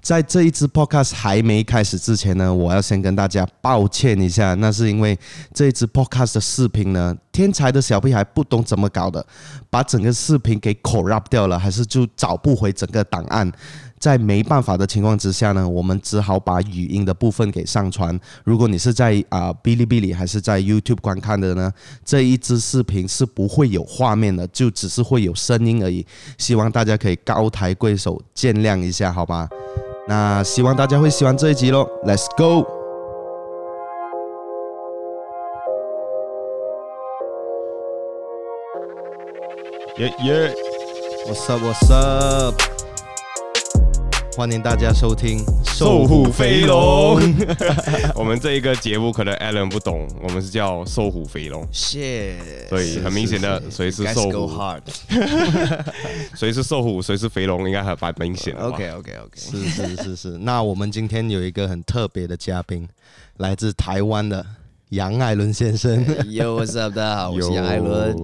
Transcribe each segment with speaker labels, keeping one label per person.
Speaker 1: 在这一支 podcast 还没开始之前呢，我要先跟大家抱歉一下，那是因为这一支 podcast 的视频呢，天才的小屁孩不懂怎么搞的，把整个视频给 corrupt 掉了，还是就找不回整个档案。在没办法的情况之下呢，我们只好把语音的部分给上传。如果你是在啊、哔哩哔哩还是在 YouTube 观看的呢，这一支视频是不会有画面的，就只是会有声音而已。希望大家可以高抬贵手，见谅一下，好吧？那希望大家会喜欢这一集喽，Let's go！
Speaker 2: 耶耶！。
Speaker 1: What's up? What's up? 欢迎大家收听《
Speaker 2: 我们这一个节目可能 Alan 不懂，我们是叫瘦虎飞龙，
Speaker 3: Shit！
Speaker 2: 所以很明显的，谁是瘦
Speaker 3: Guys go
Speaker 2: 虎，
Speaker 3: hard。
Speaker 2: 谁是瘦虎，谁是肥龙，应该还蛮明显的吧。
Speaker 3: OK OK OK。
Speaker 1: 是是是是。那我们今天有一个很特别的嘉宾，来自台湾的杨艾伦先生。
Speaker 3: Yo what's up？大家好，我
Speaker 2: 有
Speaker 3: 是杨艾伦。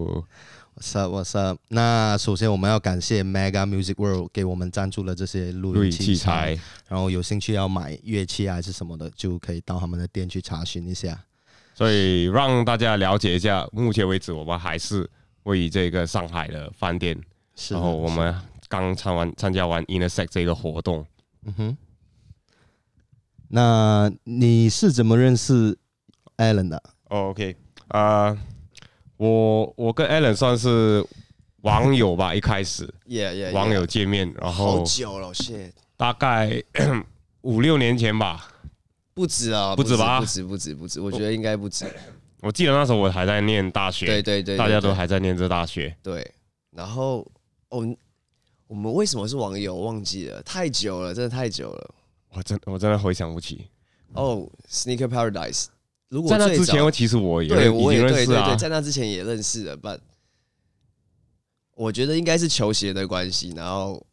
Speaker 1: What's up? What's up? 那首先我们要感谢 Mega Music World 给我们赞助了这些录音
Speaker 2: 录音器材，
Speaker 1: 然后有兴趣要买乐器啊还是什么的，就可以到他们的店去查询一下。
Speaker 2: 所以让大家了解一下，目前为止我们还是位于这个上海的饭店，
Speaker 1: 是的，
Speaker 2: 然后我们刚参完参加完 Intersect 这个活动。
Speaker 1: 嗯哼，那你是怎么认识 Allen 的？
Speaker 2: 哦 OK，呃，我我跟 Alan 算是网友吧，一开始
Speaker 3: Yeah yeah。
Speaker 2: 网友见面，然
Speaker 3: 哎好
Speaker 2: 后
Speaker 3: 久了，shit！
Speaker 2: 大概五六年前吧，
Speaker 3: 不止啊，
Speaker 2: 不止吧
Speaker 3: 不止不止不止，我觉得应该不止。
Speaker 2: 我记得那时候我还在念大学，
Speaker 3: 对对对，
Speaker 2: 大家
Speaker 3: 对
Speaker 2: 都还在念这大学，
Speaker 3: 对。然后哦，我们为什么是网友？忘记了，太久了，真的太久了。
Speaker 2: 我真我真的回想不起。
Speaker 3: 哦，Sneaker Paradise。如果
Speaker 2: 在那
Speaker 3: 最
Speaker 2: 之前，
Speaker 3: 早
Speaker 2: 我其实我也
Speaker 3: 对，
Speaker 2: 认已
Speaker 3: 我也
Speaker 2: 经认
Speaker 3: 对对
Speaker 2: 识啊
Speaker 3: 对，，在那之前也认识了，but 我觉得应该是球鞋的关系，然后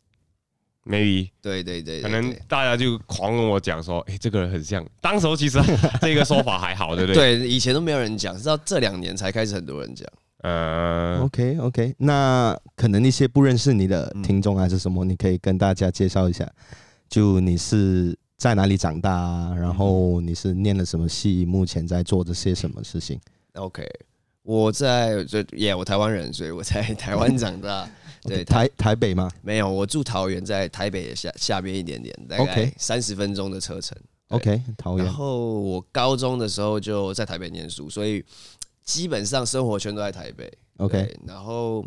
Speaker 2: maybe
Speaker 3: 对对对，对
Speaker 2: 可能
Speaker 3: 对
Speaker 2: 大家就狂跟我讲说，哎，这个人很像。当时候 其实这个说法还好，对不对？对，
Speaker 3: 对以前都没有人讲，是到这两年才开始很多人讲。
Speaker 2: 呃，
Speaker 1: OK OK，那可能一些不认识你的
Speaker 2: 嗯
Speaker 1: 听众还是什么，你可以跟大家介绍一下，就你是在哪里长大、啊，然
Speaker 2: 嗯
Speaker 1: 后你是念了什么系，目前在做这些什么事情。
Speaker 3: OK，我在就也、我台湾人，所以我在 台湾长大。对
Speaker 1: OK，台台北吗
Speaker 3: 没有，我住桃园，在台北的下下边一点点，大概
Speaker 1: OK
Speaker 3: 三十分钟的车程。对
Speaker 1: ？OK，桃
Speaker 3: 然
Speaker 1: 园。
Speaker 3: 后我高中的时候就在台北念书，所以基本上生活圈都在台北。
Speaker 1: OK，
Speaker 3: 对然后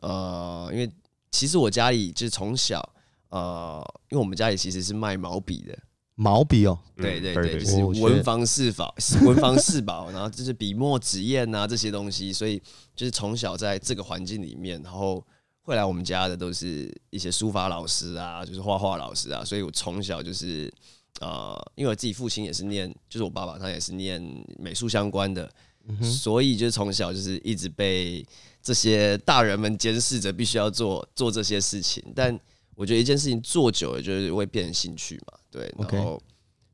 Speaker 3: 呃，因为其实我家里就是从小呃，因为我们家里其实是卖毛笔的，
Speaker 1: 毛笔哦，
Speaker 2: 嗯
Speaker 3: 对对
Speaker 2: 对
Speaker 3: 对，
Speaker 2: 对
Speaker 3: 就是
Speaker 1: 哦学
Speaker 3: 文房四宝，文房四宝，然后就是笔墨纸砚啊这些东西，所以就是从小在这个环境里面，然后会来我们家的都是一些书法老师啊，就是画画老师啊，所以我从小就是呃，因为我自己父亲也是念，就是我爸爸他也是念美术相关的，所以就是从小就是一直被这些大人们监视着，必须要做做这些事情，但。我觉得一件事情做久了，就是会变成兴趣嘛，对，
Speaker 1: OK
Speaker 3: 然后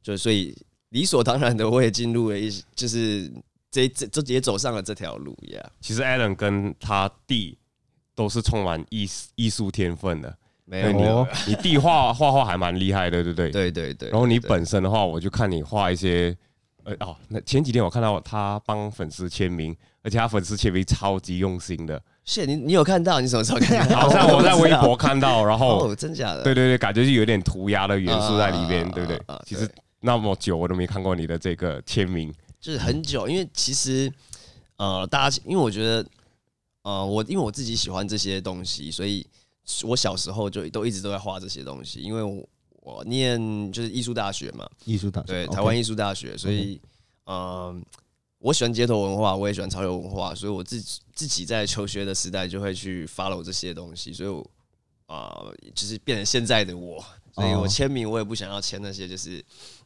Speaker 3: 就所以理所当然的，我也进入了一些，就是这这这也走上了这条路呀。
Speaker 2: 其实 Alan 跟他弟都是充满艺艺术天分的。
Speaker 3: 没
Speaker 2: 对
Speaker 3: 有，
Speaker 2: 你
Speaker 1: 哦
Speaker 2: 你弟画画画还蛮厉害的，对不对？
Speaker 3: 对对对。
Speaker 2: 然后你
Speaker 3: 对
Speaker 2: 本身的话，我就看你画一些，呃哦，那前几天我看到他帮粉丝签名，而且他粉丝签名超级用心的，
Speaker 3: 谢你，你有看到？你什么时候看到？
Speaker 2: 好像我在
Speaker 3: 不知
Speaker 2: 微
Speaker 3: 道
Speaker 2: 博看到，然后
Speaker 3: 哦，真假的？
Speaker 2: 对对对，感觉就有点涂鸦的元素在里面，
Speaker 3: 啊
Speaker 2: 对不对
Speaker 3: 啊啊啊？
Speaker 2: 其实那么久我都没看过你的这个签名，
Speaker 3: 就是很久，因为其实呃，大家因为我觉得呃，我因为我自己喜欢这些东西，所以我小时候就都一直都在画这些东西，因为我我念就是艺术大学嘛，
Speaker 1: 艺术大学。
Speaker 3: 对，
Speaker 1: 啊 OK
Speaker 3: 台湾艺术大学，所以，嗯，我喜欢街头文化，我也喜欢潮流文化，所以我自己自己在求学的时代就会去 follow 这些东西，所以我啊、就是变成现在的
Speaker 1: 哦
Speaker 3: 我，所以我签名我也不想要签那些就是、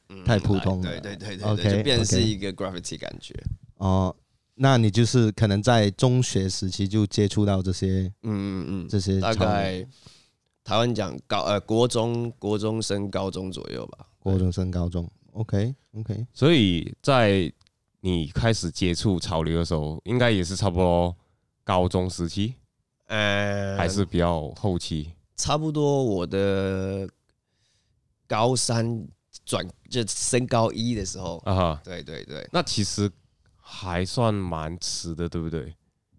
Speaker 3: 嗯
Speaker 1: 太普通了
Speaker 3: 对对对对
Speaker 1: OK，
Speaker 3: 对，就变成
Speaker 1: OK
Speaker 3: 是一个 graffiti 感觉，
Speaker 1: 哦，那你就是可能在中学时期就接触到这些
Speaker 3: 嗯嗯
Speaker 1: 这些
Speaker 3: 嗯，大
Speaker 1: 潮流
Speaker 3: 概台湾讲高呃国中国中升高中左右吧，
Speaker 1: 国中升高中。OK OK，
Speaker 2: 所以在你开始接触潮流的时候，应该也是差不多高中时期，
Speaker 3: 呃
Speaker 2: 还是比较后期。
Speaker 3: 差不多我的高三转就升高一的时候，
Speaker 2: 啊哈，
Speaker 3: 对对对，
Speaker 2: 那其实还算蛮迟的，对不对？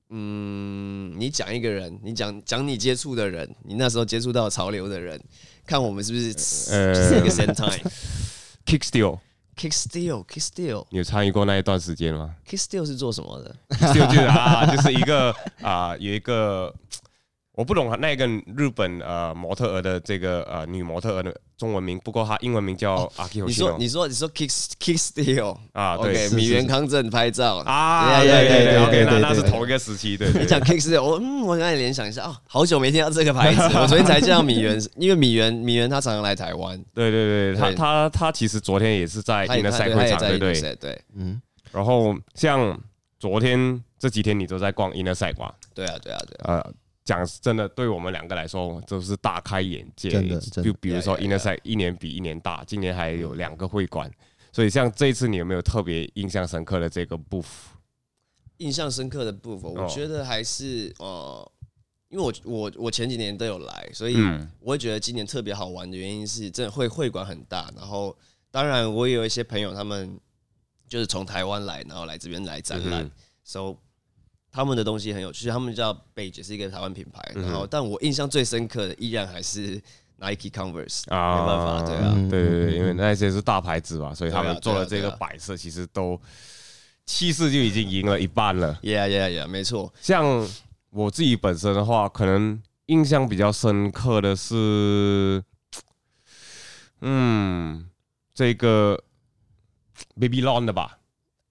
Speaker 3: 嗯，你讲一个人，你讲讲你接触的人，你那时候接触到潮流的人，看我们是不是
Speaker 2: 呃
Speaker 3: 是一个 same time？Kick
Speaker 2: Kick Steel，
Speaker 3: Steal，Kick Steal，Kick
Speaker 2: 你有参与过那一段时间吗
Speaker 3: Steal 是做什么的？
Speaker 2: ？Kick Steel 就是 啊，就是一个啊，有一个我不懂那个日本呃模特儿的这个呃女模特儿的中文名，不过她英文名叫阿 Q
Speaker 3: 你说哦你说你说 Kick Kick Steal
Speaker 2: 哦啊，对
Speaker 3: OK，
Speaker 1: 是
Speaker 3: 米原康正拍照
Speaker 2: 啊，
Speaker 3: 对
Speaker 2: 对对
Speaker 3: 对对
Speaker 2: 对
Speaker 3: 对
Speaker 2: ，OK，那
Speaker 1: 对
Speaker 2: 那是
Speaker 1: 对
Speaker 2: 同一个时期，对对
Speaker 3: 你讲 Kick Steal，我嗯，我刚才联想一下啊、好久没听到这个牌子，我昨天才见到米原，因为米原米原他常常来台湾，
Speaker 2: 对对对，他
Speaker 3: 对
Speaker 2: 他他其实昨天也是在
Speaker 3: 他也
Speaker 2: Inner
Speaker 3: 他
Speaker 2: Cycle
Speaker 3: 他也
Speaker 2: 场，
Speaker 3: 在
Speaker 2: 对对。
Speaker 3: 赛，对
Speaker 1: 嗯，
Speaker 2: 然后像昨天这几天你都在逛 Inner Cycle，
Speaker 3: 对啊对啊对啊，
Speaker 2: 呃，讲真的，对我们两个来说都是大开眼界。
Speaker 1: 真的真的嗯
Speaker 2: 就比如说
Speaker 3: 呀呀呀
Speaker 2: Inner Cycle 一年比一年大，今年还有两个会馆，所以像这一次你有没有特别印象深刻的这个 booth？
Speaker 3: 印象深刻的部分，我
Speaker 2: 哦
Speaker 3: 觉得还是呃，因为我我我前几年都有来，所以
Speaker 2: 嗯
Speaker 3: 我会觉得今年特别好玩的原因是，真的会会馆很大，然后当然我也有一些朋友他们就是从台湾来，然后来这边来展览，
Speaker 2: 嗯
Speaker 3: so 他们的东西很有趣，他们叫贝姐是一个台湾品牌，
Speaker 2: 嗯哼
Speaker 3: 然后但我印象最深刻的依然还是 Nike Converse，
Speaker 2: 啊，
Speaker 3: 没办法对啊
Speaker 1: 嗯
Speaker 2: 对对对，因为那些是大牌子嘛，所以他
Speaker 3: 对
Speaker 2: 们
Speaker 3: 啊对啊
Speaker 2: 做了这个
Speaker 3: 对啊
Speaker 2: 摆设，其实都气势就已经赢了一半了。
Speaker 3: ，Yeah Yeah Yeah，没错，
Speaker 2: 像我自己本身的话，可能印象比较深刻的是，嗯，这个 Baby Lon 的吧，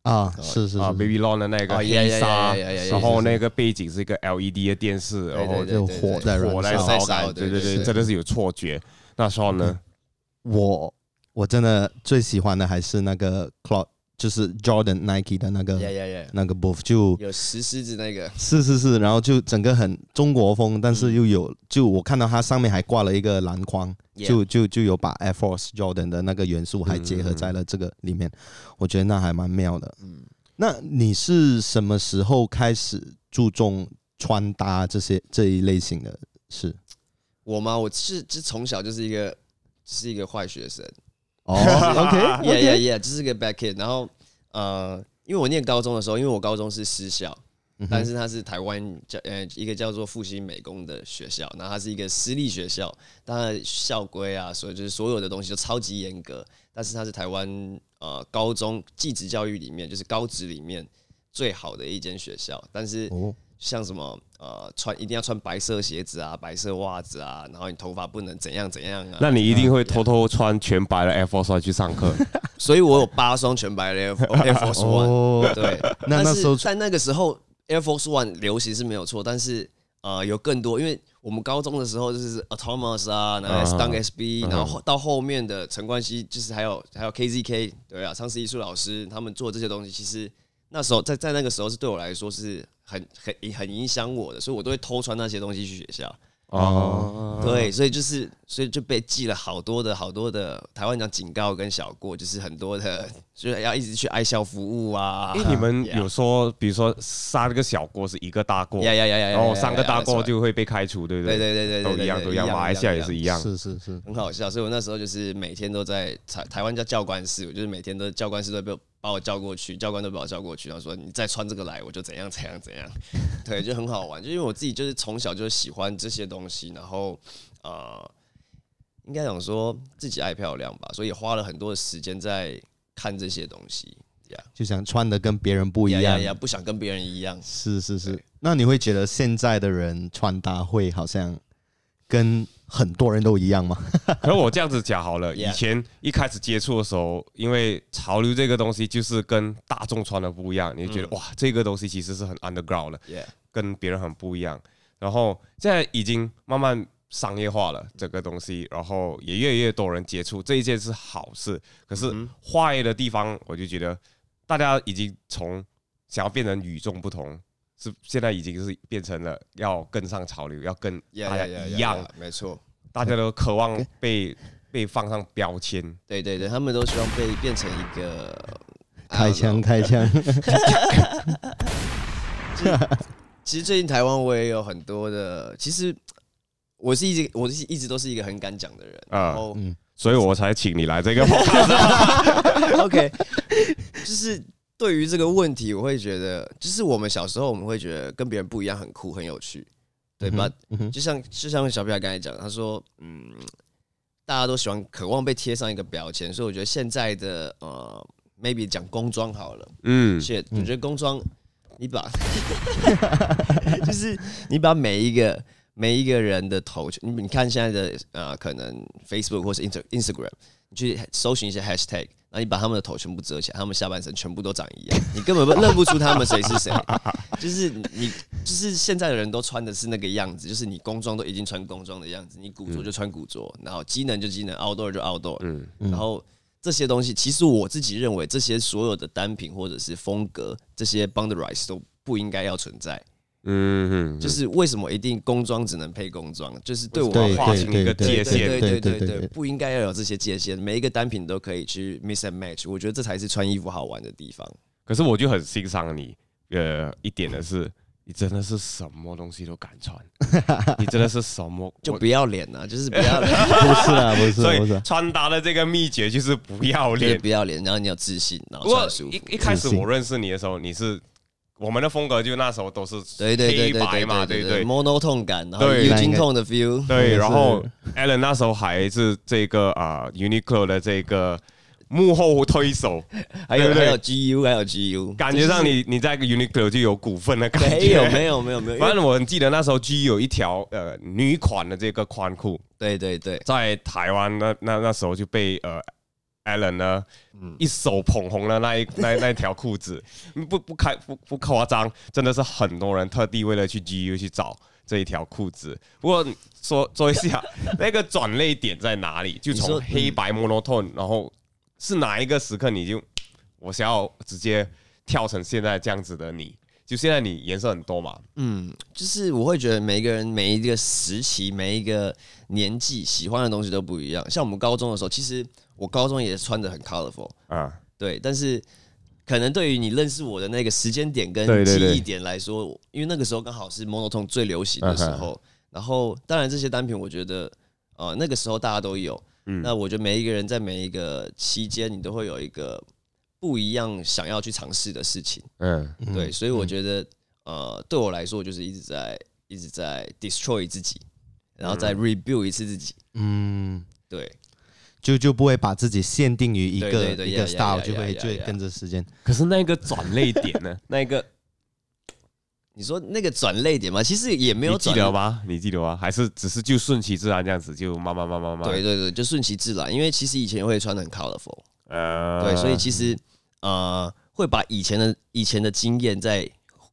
Speaker 1: 啊，
Speaker 3: 哦
Speaker 1: 是是哦
Speaker 2: 啊
Speaker 1: 是，
Speaker 2: ，Baby Lon 的那个
Speaker 3: 啊
Speaker 2: 黑
Speaker 3: yeah, yeah,
Speaker 2: 纱
Speaker 3: yeah, yeah, yeah, yeah, yeah，
Speaker 2: 然后
Speaker 1: 是是
Speaker 2: 那个背景是一个 LED 的电视，
Speaker 3: 对
Speaker 2: 然后
Speaker 3: 对
Speaker 1: 就
Speaker 2: 就
Speaker 3: 对对
Speaker 1: 火
Speaker 3: 对
Speaker 1: 在
Speaker 2: 火在
Speaker 1: 燃烧
Speaker 2: 烧
Speaker 3: 在烧
Speaker 2: 感，对对
Speaker 3: 对对
Speaker 2: 对，
Speaker 1: 对嗯
Speaker 2: 真的是有错觉。那时候呢，
Speaker 1: 我我真的最喜欢的还是那个 Cloud，就是 Jordan Nike 的那个
Speaker 3: Yeah Yeah Yeah，
Speaker 1: 那个 booth，就
Speaker 3: 有石狮子那个，
Speaker 1: 是是是，然后就整个很中国风，但
Speaker 3: 嗯
Speaker 1: 是又有就我看到它上面还挂了一个篮筐，
Speaker 3: Yeah
Speaker 1: 就就就有把 Air Force Jordan 的那个元素还
Speaker 3: 嗯
Speaker 1: 结合在了这个里面，我觉得那还蛮妙的。嗯，那你是什么时候开始注重穿搭这些这一类型的事？
Speaker 3: 我吗？我是就从小就是一个就是一个坏学生
Speaker 1: 哦，OK，
Speaker 3: ，Yeah Yeah Yeah，就是个 bad kid。然后呃，因为我念高中的时候，因为我高中是私校，
Speaker 1: 嗯
Speaker 3: 但是它是台湾叫呃一个叫做复兴美工的学校，然后它是一个私立学校，当然校规啊，所以就是所有的东西都超级严格，但是它是台湾呃高中技职教育里面，就是高职里面最好的一间学校，但是
Speaker 1: 哦，
Speaker 3: 像什么呃穿一定要穿白色鞋子啊、白色袜子啊，然后你头发不能怎样怎样啊。
Speaker 2: 那你一定
Speaker 1: 嗯
Speaker 2: 会偷偷穿全白的 Air Force One 去上 课。
Speaker 3: 所以我有八双全白的 Air Force- Air Force One。
Speaker 1: 哦，
Speaker 3: 对，
Speaker 1: 那
Speaker 3: 但
Speaker 1: 那
Speaker 3: 是
Speaker 1: 时候
Speaker 3: 在那个时候 Air Force One 流行是没有错，但是呃有更多，因为我们高中的时候就是 Atomos 啊，然后
Speaker 2: 啊
Speaker 3: Stung
Speaker 1: 嗯
Speaker 3: SB，、然后到后面的陈冠希，就是还有还有 KZK，对啊，上次艺术老师他们做这些东西，其实那时候在在那个时候是对我来说是很很很影响我的，所以我都会偷穿那些东西去学校。
Speaker 1: 啊
Speaker 2: 哦，
Speaker 3: 对，所以就是，所以就被记了好多的好多的台湾讲警告跟小过，就是很多的，就是要一直去爱校服务啊。
Speaker 2: 因为你 们
Speaker 3: Yeah
Speaker 2: 有说，比如说三个小锅是一个大锅，
Speaker 3: 呀呀呀呀，
Speaker 2: 然后三个大锅
Speaker 3: 锅
Speaker 2: 就会被开除，对不
Speaker 3: 哎对
Speaker 2: 对？
Speaker 3: 对对对，
Speaker 2: 都一样，都一样。马来西亚也是一
Speaker 3: 一
Speaker 2: 样。
Speaker 1: 是是是，
Speaker 3: 很好笑。所以我那时候就是每天都在台台湾叫教官室，我就是每天都教官室都被把我叫过去，教官都把我叫过去，然后说你再穿这个来，我就怎样怎样 怎样。对，就很好玩，就因为我自己就是从小就喜欢这些东西，然后呃，应该讲说自己爱漂亮吧，所以花了很多的时间在看这些东西。
Speaker 1: 就想穿的跟别人不一
Speaker 3: 呀呀
Speaker 1: 样。
Speaker 3: 呀，不想跟别人一样。
Speaker 1: 是是是
Speaker 3: 对。
Speaker 1: 那你会觉得现在的人穿搭会好像跟很多人都一样吗？
Speaker 2: 可是我这样子讲好了，以
Speaker 3: Yeah
Speaker 2: 前一开始接触的时候，因为潮流这个东西就是跟大众穿的不一样，你就觉得哇，这个东西其实是很 underground 的，
Speaker 3: Yeah，
Speaker 2: 跟别人很不一样。然后现在已经慢慢商业化了这个东西，然后也越来越多人接触这一件是好事。可是
Speaker 3: 嗯
Speaker 2: 坏的地方，我就觉得大家已经从想要变成与众不同，是现在已经是变成了要跟上潮流，要跟大家哎一样，，
Speaker 3: 没错。
Speaker 2: 大家都渴望被被放上标签。
Speaker 3: 对对对，他们都希望被变成一个
Speaker 1: 开枪开 枪，
Speaker 3: 其实最近台湾我也有很多的，其实我是一直我是一直都是一个很敢讲的人，
Speaker 1: 嗯
Speaker 2: 啊
Speaker 3: 然后
Speaker 2: 所以我才请你来这 个 podcast。
Speaker 3: OK，就是对于这个问题，我会觉得，就是我们小时候我们会觉得跟别人不一样很酷很有趣，对吧？
Speaker 1: 嗯哼
Speaker 3: 就像就像小屁孩刚才讲，他说，嗯，大家都喜欢渴望被贴上一个标签，所以我觉得现在的呃，maybe 讲工装好了，
Speaker 2: 嗯
Speaker 3: 是、我觉得工装，你把 就是你把每一个。每一个人的头，你你看现在的呃，可能 Facebook 或是 Inst Instagram，你去搜寻一些 hashtag，然后你把他们的头全部遮起来，他们下半身全部都长一 样，你根本不认不出他们谁是谁。就是你，就是现在的人都穿的是那个样子，就是你工装都已经穿工装的样子，你古着就穿古着，然后机能就机能，outdoor 就 outdoor，
Speaker 2: 嗯
Speaker 3: 然后这些东西，其实我自己认为这些所有的单品或者是风格，这些 boundaries 都不应该要存在。
Speaker 2: 嗯嗯，
Speaker 3: 就是为什么一定工装只能配工装？就是对
Speaker 2: 对
Speaker 3: 我
Speaker 2: 我要
Speaker 1: 对
Speaker 2: 划清一个界
Speaker 3: 对
Speaker 1: 对
Speaker 2: 限。
Speaker 3: 对对
Speaker 1: 对对
Speaker 3: 对对
Speaker 1: 对
Speaker 3: 对，不应该要有这些界限，每一个单品都可以去 miss and match，我觉得这才是穿衣服好玩的地方。
Speaker 2: 可是我就很欣赏你，呃，一点的是，你真的是什么东西都敢 穿，你真的是什么
Speaker 3: 就
Speaker 2: 我
Speaker 3: 不要脸啊，就是 不要脸，
Speaker 1: 不是啊，不
Speaker 2: 所
Speaker 1: 是，不是
Speaker 2: 以，穿搭的这个秘诀就是不要
Speaker 3: 就是
Speaker 2: 脸。
Speaker 3: 不要脸，然后你要自信，然后
Speaker 2: 我
Speaker 3: 穿得舒服
Speaker 2: 一。一开始
Speaker 1: 自信
Speaker 2: 我认识你的时候，你是我们的风格就那时候都是
Speaker 3: 对对对
Speaker 2: 黑
Speaker 3: 对
Speaker 2: 白
Speaker 3: 对
Speaker 2: 嘛，
Speaker 3: 对
Speaker 2: 对不对？
Speaker 3: 对对，monotone 感，然后
Speaker 2: 对
Speaker 3: u 金控的 feel，
Speaker 2: 对，
Speaker 1: 是
Speaker 2: 然后 Alan 那时候还是这个啊、Uniqlo 的这个幕后推手，
Speaker 3: 还有
Speaker 2: 对对
Speaker 3: 还
Speaker 2: 对
Speaker 3: 有 GU，还有 GU，
Speaker 2: 感觉上你你在 Uniqlo 就有股份的感觉。
Speaker 3: 没有没有没有没有，因为
Speaker 2: 反正我很记得那时候 G 有一条呃女款的这个宽裤，
Speaker 3: 对对对，
Speaker 2: 在台湾那那那时候就被呃 Allen 呢一手捧红了那一那那条裤子， 不不开不不夸张，真的是很多人特地为了去 GU 去找这一条裤子。不过说说一下 那个转泪点在哪里，就
Speaker 3: 你
Speaker 2: 从
Speaker 3: 说
Speaker 2: 黑白 monotone，然后是哪一个时刻你就我想要直接跳成现在这样子的你。就现在你颜色很多嘛，
Speaker 3: 嗯，就是我会觉得每一个人、每一个时期、每一个年纪喜欢的东西都不一样。像我们高中的时候，其实我高中也穿的很 colorful，
Speaker 2: 啊，
Speaker 3: 对，但是可能对于你认识我的那个时间点跟
Speaker 2: 对对
Speaker 3: 记
Speaker 2: 对嗯
Speaker 3: 忆点来说，因为那个时候刚好是 monotone 最流行的时候，然后当然这些单品我觉得呃那个时候大家都有，
Speaker 2: 嗯
Speaker 3: 那我觉得每一个人在每一个期间，你都会有一个不一样想要去尝试的事情。
Speaker 2: 嗯，
Speaker 3: 对，所以我觉得，呃，对我来说，我就是一直在一直在 destroy 自己，然后
Speaker 2: 嗯
Speaker 3: 再 rebuild 一次自己。
Speaker 1: 嗯。
Speaker 3: 对，
Speaker 1: 就就不会把自己限定于一
Speaker 3: 对
Speaker 1: 个
Speaker 3: 对对
Speaker 1: 一
Speaker 3: 呀呀
Speaker 1: 个 style，
Speaker 3: 呀
Speaker 1: 就会
Speaker 3: 呀
Speaker 1: 就会
Speaker 3: 呀
Speaker 1: 跟着时间。
Speaker 2: 可是那个转泪点呢？那个
Speaker 3: 你说那个转泪点嘛，其实也没有
Speaker 2: 你记
Speaker 3: 转。
Speaker 2: 得吗？你记得吗？还是只是就顺其自然这样子，就慢慢慢慢慢。
Speaker 3: 对，对对，就顺其自然，因为其实以前也会穿的很 colorful，
Speaker 2: 呃，
Speaker 3: 对，所以其实
Speaker 2: 嗯
Speaker 3: 呃，会把以前的以前的经验在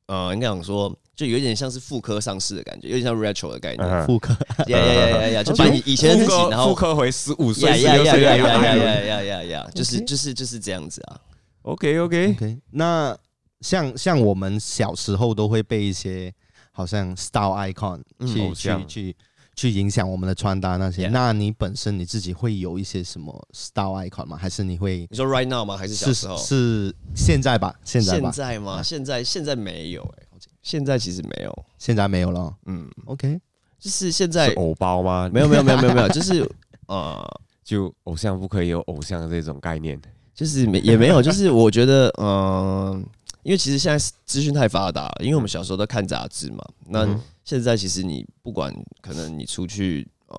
Speaker 3: 呃，应该讲说，就有点像是复刻上市的感觉，有点像 retro 的概 念，
Speaker 2: 嗯
Speaker 1: 复刻，
Speaker 3: 呀呀呀呀呀，就把以以前的
Speaker 2: 复
Speaker 3: 自己，
Speaker 2: 刻
Speaker 3: 然
Speaker 2: 复
Speaker 3: 后
Speaker 2: 刻回十五岁、
Speaker 3: 呀
Speaker 2: 十
Speaker 3: 呀
Speaker 2: 六
Speaker 3: 呀
Speaker 2: 岁
Speaker 3: 呀
Speaker 2: 的
Speaker 3: 呀呀
Speaker 2: 样子。
Speaker 3: 呀呀呀呀，就是就是就是这样子啊。
Speaker 2: OK OK，
Speaker 1: OK，那像像我们小时候都会被一些好像 style icon 去、
Speaker 2: 偶
Speaker 1: 去
Speaker 2: 像
Speaker 1: 去去影响我们的穿搭那些。
Speaker 3: 嗯 Yeah
Speaker 1: 那你本身你自己会有一些什么 style icon 吗？还是你会
Speaker 3: 你说 right now 吗？还是小
Speaker 1: 是
Speaker 3: 时候？
Speaker 1: 是现在吧？现在吧？啊
Speaker 3: 现在吗？现在现在没有哎、现在其实没有，
Speaker 1: 现在没有了。
Speaker 3: 嗯，
Speaker 1: OK，
Speaker 3: 就是现在
Speaker 2: 偶包吗？
Speaker 3: 没有没有没有没有没有，就是呃，
Speaker 2: 就偶像不可以有偶像这种概念。
Speaker 3: 就是没也没有，就是我觉得嗯、呃因为其实现在资讯太发达了，因为我们小时候都看杂志嘛，那现在其实你不管可能你出去呃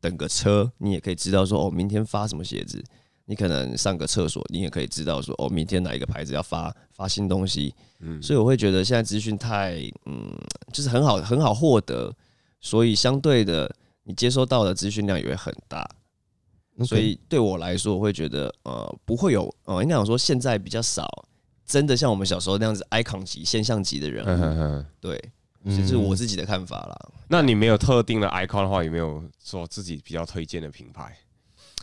Speaker 3: 等个车，你也可以知道说哦，明天发什么鞋子。你可能上个厕所，你也可以知道说哦，明天哪一个牌子要发发新东西，
Speaker 2: 嗯，
Speaker 3: 所以我会觉得现在资讯太嗯，就是很好很好获得，所以相对的你接收到的资讯量也会很大。
Speaker 1: OK
Speaker 3: 所以对我来说，我会觉得呃不会有呃应该讲说现在比较少真的像我们小时候那样子 icon 级现象级的人
Speaker 2: 嗯
Speaker 3: 物，
Speaker 2: 哼嗯哼
Speaker 3: 对，
Speaker 1: 嗯
Speaker 3: 这是我自己的看法啦。
Speaker 2: 那你没有特定的 icon 的话，有没有说自己比较推荐的品牌？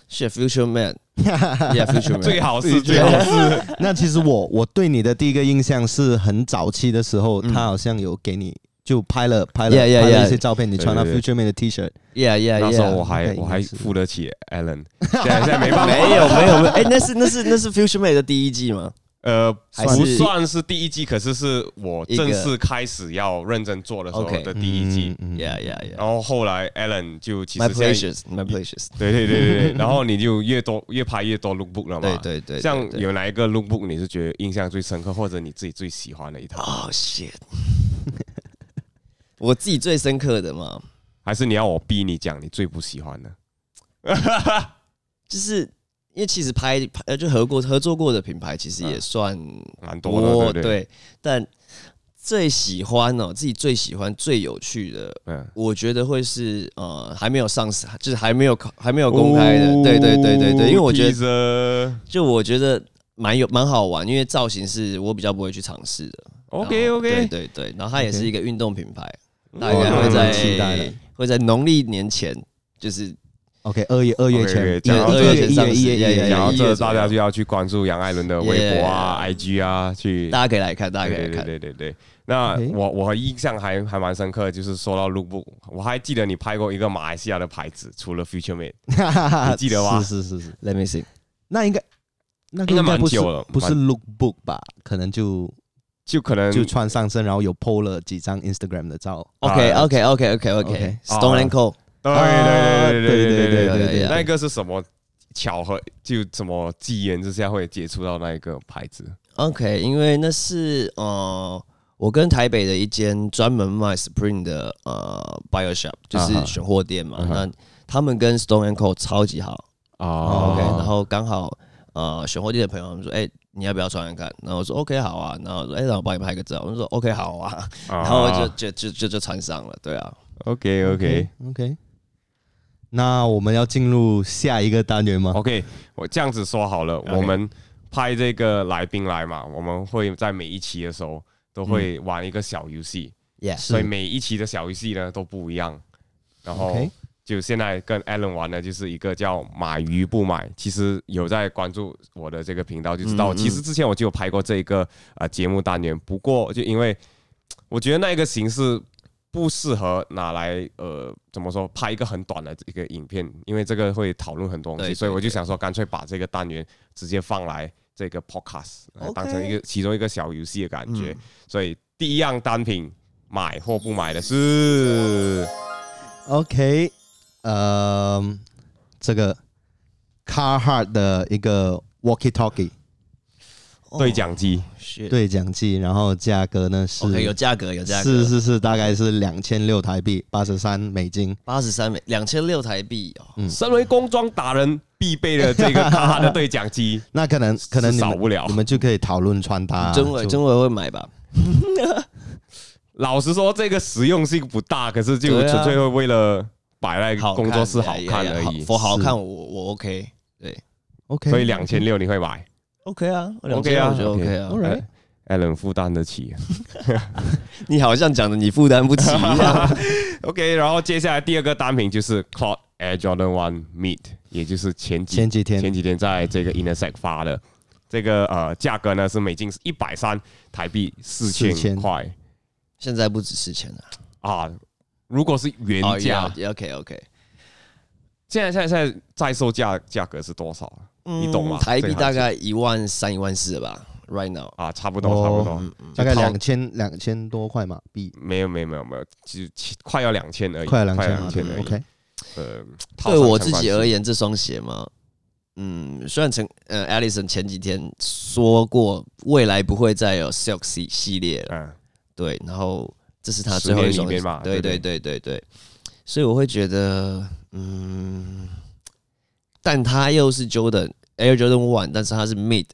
Speaker 3: 是 future man，yeah，future man，
Speaker 2: 最好是最
Speaker 1: 对
Speaker 2: 好
Speaker 1: 对
Speaker 2: 是
Speaker 1: 那其实我我对你的第一个印象是很早期的时候，
Speaker 2: 嗯
Speaker 1: 他好像有给你就拍了拍了
Speaker 3: Yeah, yeah,
Speaker 1: 拍了一
Speaker 3: yeah
Speaker 1: 些照片，你穿那
Speaker 2: 对对
Speaker 1: Future Man 的 T 恤，
Speaker 3: yeah yeah yeah，
Speaker 2: 那时候我
Speaker 1: 应
Speaker 2: 还
Speaker 3: 哎
Speaker 1: 该
Speaker 2: 我还
Speaker 1: 应该是
Speaker 2: 付得起 Alan，现在现在没办法。
Speaker 3: 没有没有没有，哎、那是那是那是 future man 的第一季吗？
Speaker 2: 呃，
Speaker 3: 还是
Speaker 2: 不算是第一季，可是是我正式开始要认真做的时候
Speaker 3: OK
Speaker 2: 的第一季。
Speaker 1: 嗯
Speaker 3: Yeah, yeah, yeah.
Speaker 2: 然后后来 Alan 就嗯 其
Speaker 3: My
Speaker 2: 实现在
Speaker 3: pleasures, my pleasures.
Speaker 2: 对对对对对，然后你就越多越拍越多 lookbook 了嘛。
Speaker 3: 对对对对
Speaker 2: 像
Speaker 3: 对
Speaker 2: 有哪一个 lookbook 你是觉得印象最深刻，或者你自己最喜欢的一套，
Speaker 3: Oh shit. 我自己最深刻的嘛，
Speaker 2: 还是你要我逼你讲你最不喜欢的？
Speaker 3: 就是因为其实拍拍呃就合过合作过的品牌，其实也算
Speaker 2: 嗯蛮多的，对不对？
Speaker 3: 对，但最喜欢哦，自己最喜欢最有趣的，
Speaker 2: 嗯，
Speaker 3: 我觉得会是呃还没有上市，就是还没有还没有公开的，对对对对对，因为我
Speaker 2: 哦
Speaker 3: 觉得
Speaker 2: 得
Speaker 3: 就我觉得蛮有蛮好玩，因为造型是我比较不会去尝试的。
Speaker 2: OK
Speaker 3: 然
Speaker 2: OK，嗯
Speaker 3: 后对对对，然后它也是一个运动品牌，大
Speaker 1: 我
Speaker 3: 概会在
Speaker 1: 蛮期待的
Speaker 3: 会在农历年前，就是
Speaker 1: ，OK，二月二月
Speaker 2: OK，
Speaker 1: 前，
Speaker 2: 讲到
Speaker 1: 一
Speaker 2: 这
Speaker 1: 月
Speaker 2: 个
Speaker 1: 一月一月一
Speaker 3: 对
Speaker 1: 月
Speaker 3: 对
Speaker 1: 一
Speaker 2: 然后
Speaker 1: 月，
Speaker 3: 对
Speaker 2: 这大家就要去关注杨爱伦的微博啊、
Speaker 3: Yeah
Speaker 2: IG 啊，去
Speaker 3: 大家可以来看，大家可
Speaker 2: 对
Speaker 3: 以来
Speaker 2: 对
Speaker 3: 看。
Speaker 2: 对对对。那
Speaker 1: OK
Speaker 2: 我我印象还还蛮深刻，就是说到 lookbook，我还记得你拍过一个马来西亚的牌子，除了 Future Mate，你记得吗
Speaker 1: 是是是是，
Speaker 3: Let me see，
Speaker 1: 那应该那个
Speaker 2: 应该蛮
Speaker 1: 不是
Speaker 2: 久了
Speaker 1: 不是
Speaker 2: 蛮嗯
Speaker 1: look book 吧？可能就
Speaker 2: 就可能
Speaker 1: 就穿上身，然后有 PO 了几张 Instagram 的照。
Speaker 3: OK
Speaker 2: 啊
Speaker 3: OK OK OK OK
Speaker 1: OK
Speaker 3: Stone and Cold，
Speaker 2: 对对对对
Speaker 1: 对
Speaker 2: 对
Speaker 1: 对
Speaker 3: 对
Speaker 2: 那个是什么巧合？就什么机缘之下会接触到那一个牌子？
Speaker 3: OK，因为那是呃，我跟台北的一间专门卖 Spring 的呃 Bio Shop，就是
Speaker 2: 啊哈
Speaker 3: 选货店嘛。
Speaker 2: 啊哈
Speaker 3: 那他们跟 Stone and Co 超级好、
Speaker 2: 哦
Speaker 3: o k 然后刚好呃选货店的朋友他们说，哎、你要不要穿看看？然后我说 OK 好啊，然后我说哎、让我帮你拍个照，我就说 OK 好啊， 然后我就就就就就穿上了，对啊。
Speaker 2: OK OK
Speaker 1: 嗯 OK，那我们要进入下一个单元吗？
Speaker 2: OK，我这样子说好了，我们派这个来宾来嘛，我们会在每一期的时候都会玩一个小游戏，
Speaker 3: Yeah，
Speaker 2: 所以每一期的小游戏呢都不一样。然后
Speaker 1: OK
Speaker 2: 就现在跟 Alan 玩的就是一个叫“买鱼不买”，其实有在关注我的这个频道就知道，
Speaker 3: 嗯嗯
Speaker 2: 其实之前我就有拍过这一个呃节目单元，不过就因为我觉得那一个形式不适合拿来呃怎么说拍一个很短的一个影片，因为这个会讨论很多东西，
Speaker 3: 对对
Speaker 2: 所以我就想说干脆把这个单元直接放来这个 podcast，、呃
Speaker 3: OK 嗯
Speaker 2: 当成一个其中一个小游戏的感觉。所以第一样单品买或不买的是
Speaker 1: OK，呃，这个 Carhartt 的一个 Walkie Talkie
Speaker 3: 哦
Speaker 2: 对讲机，
Speaker 3: 是
Speaker 1: 对讲机，然后价格呢是
Speaker 3: OK，有价格有价格，
Speaker 1: 是是是，大概是两千六台币，八十三美金。
Speaker 3: 八十三美两千六台币哦。
Speaker 2: 身为工装达人必备的这个卡哈的对讲 机，
Speaker 1: 那可能可能你
Speaker 2: 少
Speaker 1: 们
Speaker 2: 不了
Speaker 1: 你。们就可以讨论穿搭啊。
Speaker 3: 真伟
Speaker 1: 就
Speaker 3: 真伟会买吧？
Speaker 2: 老实说，这个实用性不大，可是就
Speaker 3: 对啊
Speaker 2: 纯粹会为了摆在
Speaker 3: 好看
Speaker 2: 工作室好
Speaker 3: 呀呀
Speaker 2: 看
Speaker 3: 呀
Speaker 2: 而
Speaker 3: 好
Speaker 2: 已。
Speaker 3: 佛好
Speaker 1: 是
Speaker 3: 看我我 OK，对
Speaker 1: OK，
Speaker 2: 所以两千六你会买
Speaker 3: OK 啊
Speaker 2: OK 啊
Speaker 3: 我觉得
Speaker 2: OK
Speaker 3: OK 啊。
Speaker 1: Alright
Speaker 2: 哎，Allen 负担得起。
Speaker 3: 你好像讲的你负担不起一样。
Speaker 2: OK，然后接下来第二个单品就是 Cloud Air Jordan One Meet，也就是前几
Speaker 1: 前几天
Speaker 2: 前几天在这个 Intersect 发的。这个呃价格呢是美金是一百三台币四千
Speaker 1: 4000
Speaker 2: 块
Speaker 3: 现在不止四千了，
Speaker 2: 啊，如果是原
Speaker 1: 啊
Speaker 3: 哦
Speaker 2: 价，
Speaker 3: OK OK，
Speaker 2: 现在现在现在在售价价格是多少啊？你懂吗？
Speaker 3: 嗯台
Speaker 2: 这
Speaker 3: 币
Speaker 2: 个行
Speaker 3: 大
Speaker 2: 情
Speaker 3: 概一万三一万四了吧，right now。
Speaker 2: 啊差不多差不多
Speaker 1: 哦，大概
Speaker 2: 就套
Speaker 1: 两千两千多块马币，
Speaker 2: 没有没有没有没有，就快要两千而已，
Speaker 1: 快两千
Speaker 2: 两
Speaker 1: 马
Speaker 2: 千
Speaker 1: 币
Speaker 2: 而。已。
Speaker 1: OK，
Speaker 2: 呃，套
Speaker 3: 对
Speaker 2: 上
Speaker 3: 我
Speaker 2: 相
Speaker 3: 自
Speaker 2: 关
Speaker 3: 己
Speaker 2: 事
Speaker 3: 而言，这双鞋嘛，嗯，虽然陈呃 Alison 前几天说过未来不会再有 Silk 系系列了，
Speaker 2: 嗯，
Speaker 3: 对，然后这是他
Speaker 2: 10
Speaker 3: 最后一
Speaker 2: 年里
Speaker 3: 双
Speaker 2: 面嘛
Speaker 3: 对
Speaker 2: 对
Speaker 3: 对对对对，所以我会觉得，嗯，但他又是 Jordan 哎 Air Jordan One，但是他是 Mid，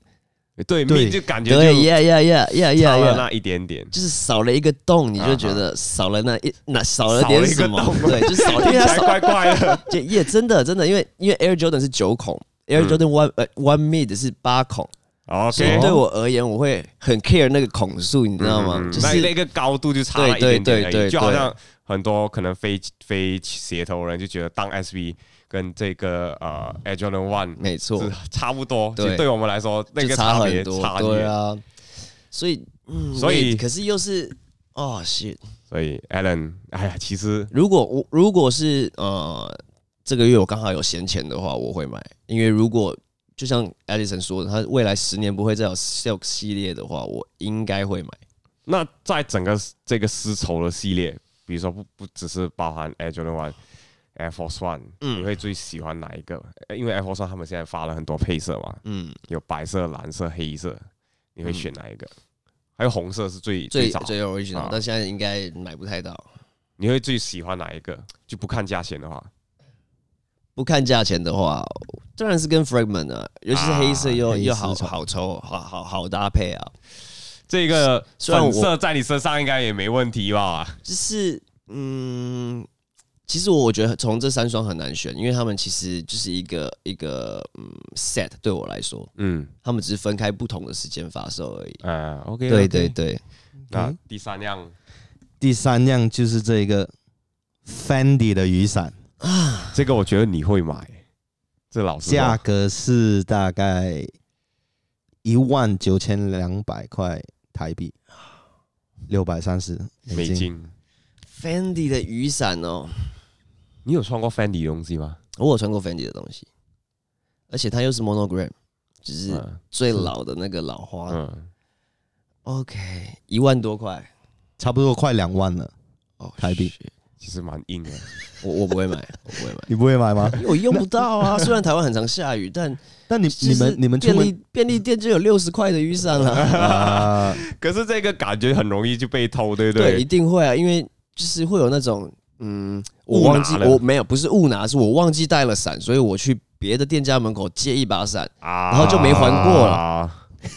Speaker 2: 对，
Speaker 1: 对
Speaker 2: 命就感觉就
Speaker 3: 对，Yeah Yeah Yeah Yeah
Speaker 2: 差
Speaker 3: Yeah
Speaker 2: 了
Speaker 3: Yeah，
Speaker 2: 那一点 点。
Speaker 3: 就是少了一个洞，你
Speaker 2: 啊哈
Speaker 3: 就觉得少了那一那少了
Speaker 2: 少
Speaker 3: 点
Speaker 2: 了一个
Speaker 3: 什么
Speaker 2: 洞，
Speaker 3: 对，就少了，因为
Speaker 2: 听
Speaker 3: 它
Speaker 2: 起来
Speaker 3: 少
Speaker 2: 怪怪的。
Speaker 3: 就也真的真的，因为因为 Air Jordan 是九孔，Air
Speaker 2: 嗯
Speaker 3: Jordan One 呃 One Mid 是八孔，所以
Speaker 2: OK，
Speaker 3: 对我而言，我会很 care 那个孔数，你知道吗？就
Speaker 2: 嗯那
Speaker 3: 是
Speaker 2: 那个高度就差了一点
Speaker 3: 对
Speaker 2: 点
Speaker 3: 对
Speaker 2: 而已，
Speaker 3: 对对
Speaker 2: 就好像很多可能非非鞋头人就觉得当 SV 跟这个呃 Air Jordan One
Speaker 3: 没错，
Speaker 2: 是差不多，
Speaker 3: 对
Speaker 2: 就对我们来说那
Speaker 3: 就
Speaker 2: 个
Speaker 3: 差
Speaker 2: 差别
Speaker 3: 很多，
Speaker 2: 差
Speaker 3: 对
Speaker 2: 远。
Speaker 3: 啊，所以，嗯，
Speaker 2: 所以
Speaker 3: 我也可是又是，哦，shit，
Speaker 2: 所以 Alan，哎呀，其实
Speaker 3: 如果我如果是呃这个月我刚好有闲钱的话，我会买，因为如果就像 Edison 说的，他未来十年不会再有 Silk 系列的话，我应该会买。
Speaker 2: 那在整个这个丝绸的系列，比如说不不只是包含 Air Jordan One、Air Force One，、你
Speaker 3: 嗯
Speaker 2: 会最喜欢哪一个？呃因为 Air Force One 他们现在发了很多配色嘛，
Speaker 3: 嗯，
Speaker 2: 有白色、蓝色、黑色，你会选哪一个？还有红色是最
Speaker 3: 最
Speaker 2: 早，
Speaker 3: 最 original，、
Speaker 2: 啊
Speaker 3: 但现在应该买不太到。
Speaker 2: 你会最喜欢哪一个？就不看价钱的话，
Speaker 3: 不看价钱的话，当然是跟 Fragment 啊，尤其是黑色又、
Speaker 1: 黑丝
Speaker 3: 又好
Speaker 1: 绸
Speaker 3: 好抽，好好好搭配啊。
Speaker 2: 这个
Speaker 3: 虽然我
Speaker 2: 粉色在你身上应该也没问题吧？
Speaker 3: 就是嗯，其实我觉得从这三双很难选，因为他们其实就是一个一个嗯 set，对我来说，
Speaker 2: 嗯，
Speaker 3: 他们只是分开不同的时间发售而已。
Speaker 2: 呃，OK，
Speaker 3: 对对。对，
Speaker 2: 那第三样，
Speaker 1: 第三样就是这个 Fendi 的雨伞，
Speaker 2: 这个我觉得你会买，这老实
Speaker 1: 价
Speaker 2: 话，
Speaker 1: 格是大概一万九千两百块台币，六百三十
Speaker 2: 美金。
Speaker 3: Fendi 的雨伞哦，
Speaker 2: 你有穿过 Fendi 的东西吗？
Speaker 3: 我有穿过 Fendi 的东西，而且它又是 monogram，就是
Speaker 1: 啊
Speaker 2: 嗯
Speaker 3: 最老的那个老花。
Speaker 2: 嗯，
Speaker 3: OK，一万多块
Speaker 1: 差不多快两万了。
Speaker 3: 哦，
Speaker 1: 台币
Speaker 3: shit，
Speaker 2: 其实蛮硬的。
Speaker 3: 我我不会买，我不会买，
Speaker 1: 你不会买吗？
Speaker 3: 因为我用不到 啊。虽然台湾很常下雨，但
Speaker 1: 但你
Speaker 3: 就
Speaker 1: 你
Speaker 3: 是
Speaker 1: 们你们出
Speaker 3: 便
Speaker 1: 门
Speaker 3: 利便利店就有六十块的雨伞了，
Speaker 1: 啊，
Speaker 2: 可是这个感觉很容易就被偷，对不
Speaker 3: 对，
Speaker 2: 对？
Speaker 3: 一定会啊，因为就是会有那种嗯，我
Speaker 2: 误拿
Speaker 3: 忘记
Speaker 2: 了
Speaker 3: 我没有不是误拿，是我忘记带了伞，所以我去别的店家门口借一把伞，
Speaker 2: 啊
Speaker 3: 然后就没还过
Speaker 2: 了。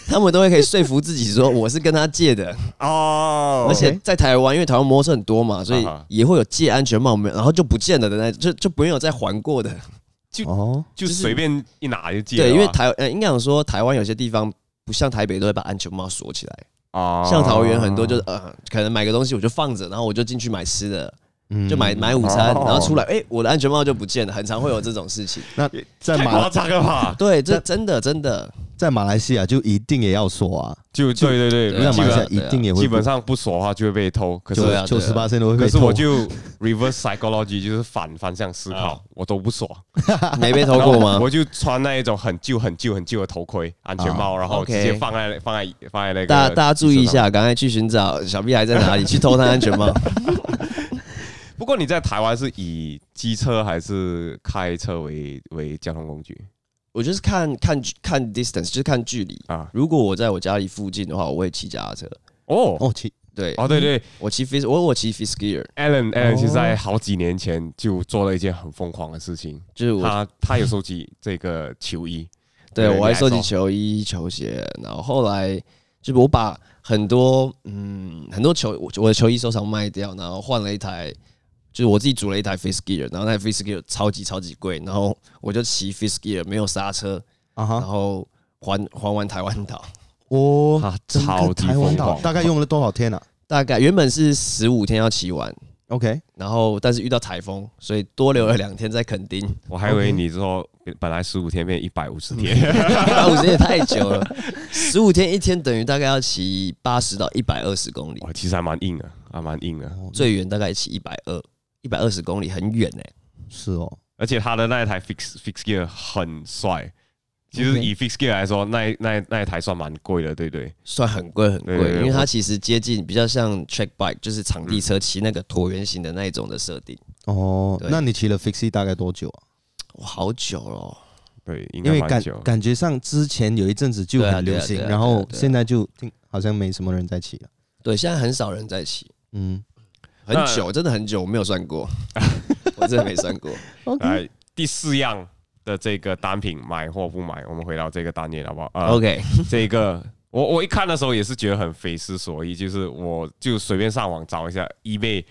Speaker 3: 他们都会可以说服自己说我是跟他借的，
Speaker 2: 哦，
Speaker 3: 而且在台湾，因为台湾摩托车很多嘛，所以
Speaker 2: 啊哈
Speaker 3: 也会有借安全帽没有，然后就不见了的那，就就没有再还过的。
Speaker 1: 哦，
Speaker 2: 就随便一拿就借了啊。
Speaker 3: 对，因为台呃，应该讲说台湾有些地方不像台北都会把安全帽锁起来，
Speaker 2: 啊
Speaker 3: 像桃园很多就是呃，可能买个东西我就放着，然后我就进去买吃的，
Speaker 1: 嗯
Speaker 3: 就买买午餐，
Speaker 2: 哦
Speaker 3: 然后出来，哎，我的安全帽就不见了，很常会有这种事情。
Speaker 1: 那在
Speaker 2: 太
Speaker 1: 马
Speaker 2: 夸张了吧？
Speaker 3: 对，这真的真的，
Speaker 1: 在马来西亚就一定也要锁啊，
Speaker 2: 就对对
Speaker 3: 对
Speaker 1: 在
Speaker 3: 啊
Speaker 2: 对，基
Speaker 1: 马来西亚
Speaker 2: 本
Speaker 1: 一定也会
Speaker 2: 基本上不锁的话就会被偷。可是
Speaker 3: 对啊
Speaker 1: 九十八线都会
Speaker 2: 可
Speaker 1: 被
Speaker 2: 是
Speaker 1: 偷。
Speaker 2: 我就 reverse psychology 就是反方向思考
Speaker 3: 啊，
Speaker 2: 我都不锁。
Speaker 3: 没被偷过吗？
Speaker 2: 我就穿那一种很旧、很旧、很旧的头盔、安全帽，然后
Speaker 3: OK
Speaker 2: 直接放在放在放在那个。
Speaker 3: 大大家注意一。下，赶快去寻找小屁孩在哪里，去偷他安全帽。
Speaker 2: 不过你在台湾是以机车还是开车为为交通工具
Speaker 3: 我就是看看看 distance，就是看距离。
Speaker 2: 啊？
Speaker 3: 如果我在我家里附近的话，我会骑脚踏车。
Speaker 2: 哦
Speaker 1: 哦，其
Speaker 3: 对，
Speaker 2: 哦，对对
Speaker 3: 我骑 f i s 我我骑 f i s gear，
Speaker 2: ，Alan
Speaker 1: 哦
Speaker 2: Alan 其实在好几年前就做了一件很疯狂的事情，
Speaker 3: 就是我
Speaker 2: 他他有收集这个球衣，
Speaker 3: 对
Speaker 2: 对
Speaker 3: 我还收集
Speaker 2: 你还收
Speaker 3: 球衣、球鞋，然后后来就是我把很多嗯很多球我我的球衣收藏卖掉，然后换了一台。就是我自己组了一台 f i s gear，然后那台 f i s gear 超级超级贵，然后我就骑 f i s gear 没有刹车，
Speaker 1: 啊
Speaker 3: 然
Speaker 1: 哈，
Speaker 3: 后环环完台湾岛，
Speaker 1: 哦，
Speaker 2: 他
Speaker 1: 整个
Speaker 2: 超级
Speaker 1: 台湾
Speaker 2: 疯
Speaker 1: 岛
Speaker 2: 狂，
Speaker 1: 大概用了多少天啊
Speaker 3: 大概原本是十五天要骑完，
Speaker 1: ？OK，
Speaker 3: 然后但是遇到台风，所以多留了两天在垦丁。
Speaker 2: 我还以为你说本来十五天变一百五十天，
Speaker 1: 嗯
Speaker 3: 一百五十也太久了，十五天一天等于大概要骑八十到一百二十公里，
Speaker 2: 哇，其实还蛮硬的，还蛮硬的。
Speaker 1: 哦
Speaker 3: 最远大概骑一百二、一百二十公里，很远欸呢、
Speaker 1: 是哦，
Speaker 2: 而且他的那一台 fix fix gear 很帅。其实
Speaker 1: OK
Speaker 2: 以 fix gear 来说，那一那一那一台算蛮贵的，对不对？
Speaker 3: 算很贵很
Speaker 2: 对对
Speaker 3: 贵，
Speaker 2: 对
Speaker 3: 因为
Speaker 2: 我嗯
Speaker 3: 它其实接近比较像 track bike，就是场地车骑那个椭圆形的那一种的设定。
Speaker 1: 哦，
Speaker 3: 对
Speaker 1: 那你骑了 Fixie 大概多久啊？
Speaker 3: 哇，好久了哦，
Speaker 2: 对，应
Speaker 1: 因
Speaker 2: 该
Speaker 1: 为
Speaker 2: 蛮
Speaker 1: 感
Speaker 2: 久。
Speaker 1: 感觉上之前有一阵子就
Speaker 3: 对啊
Speaker 1: 很流行
Speaker 3: 对啊对，啊
Speaker 1: 然
Speaker 3: 对啊
Speaker 1: 后
Speaker 3: 对啊
Speaker 1: 现在就听好像没什么人在骑了。
Speaker 3: 对，现在很少人在骑，
Speaker 1: 嗯
Speaker 3: 很
Speaker 2: 那
Speaker 3: 久，真的很久，我没有 算过，我真的没算过。
Speaker 1: ，OK，
Speaker 2: 来，第四样的这个单品买或不买，我们回到这个单页好 不好？啊
Speaker 3: OK，
Speaker 2: 这个我我一看的时候也是觉得很匪思所议，就是我就随便上网找一下 eBay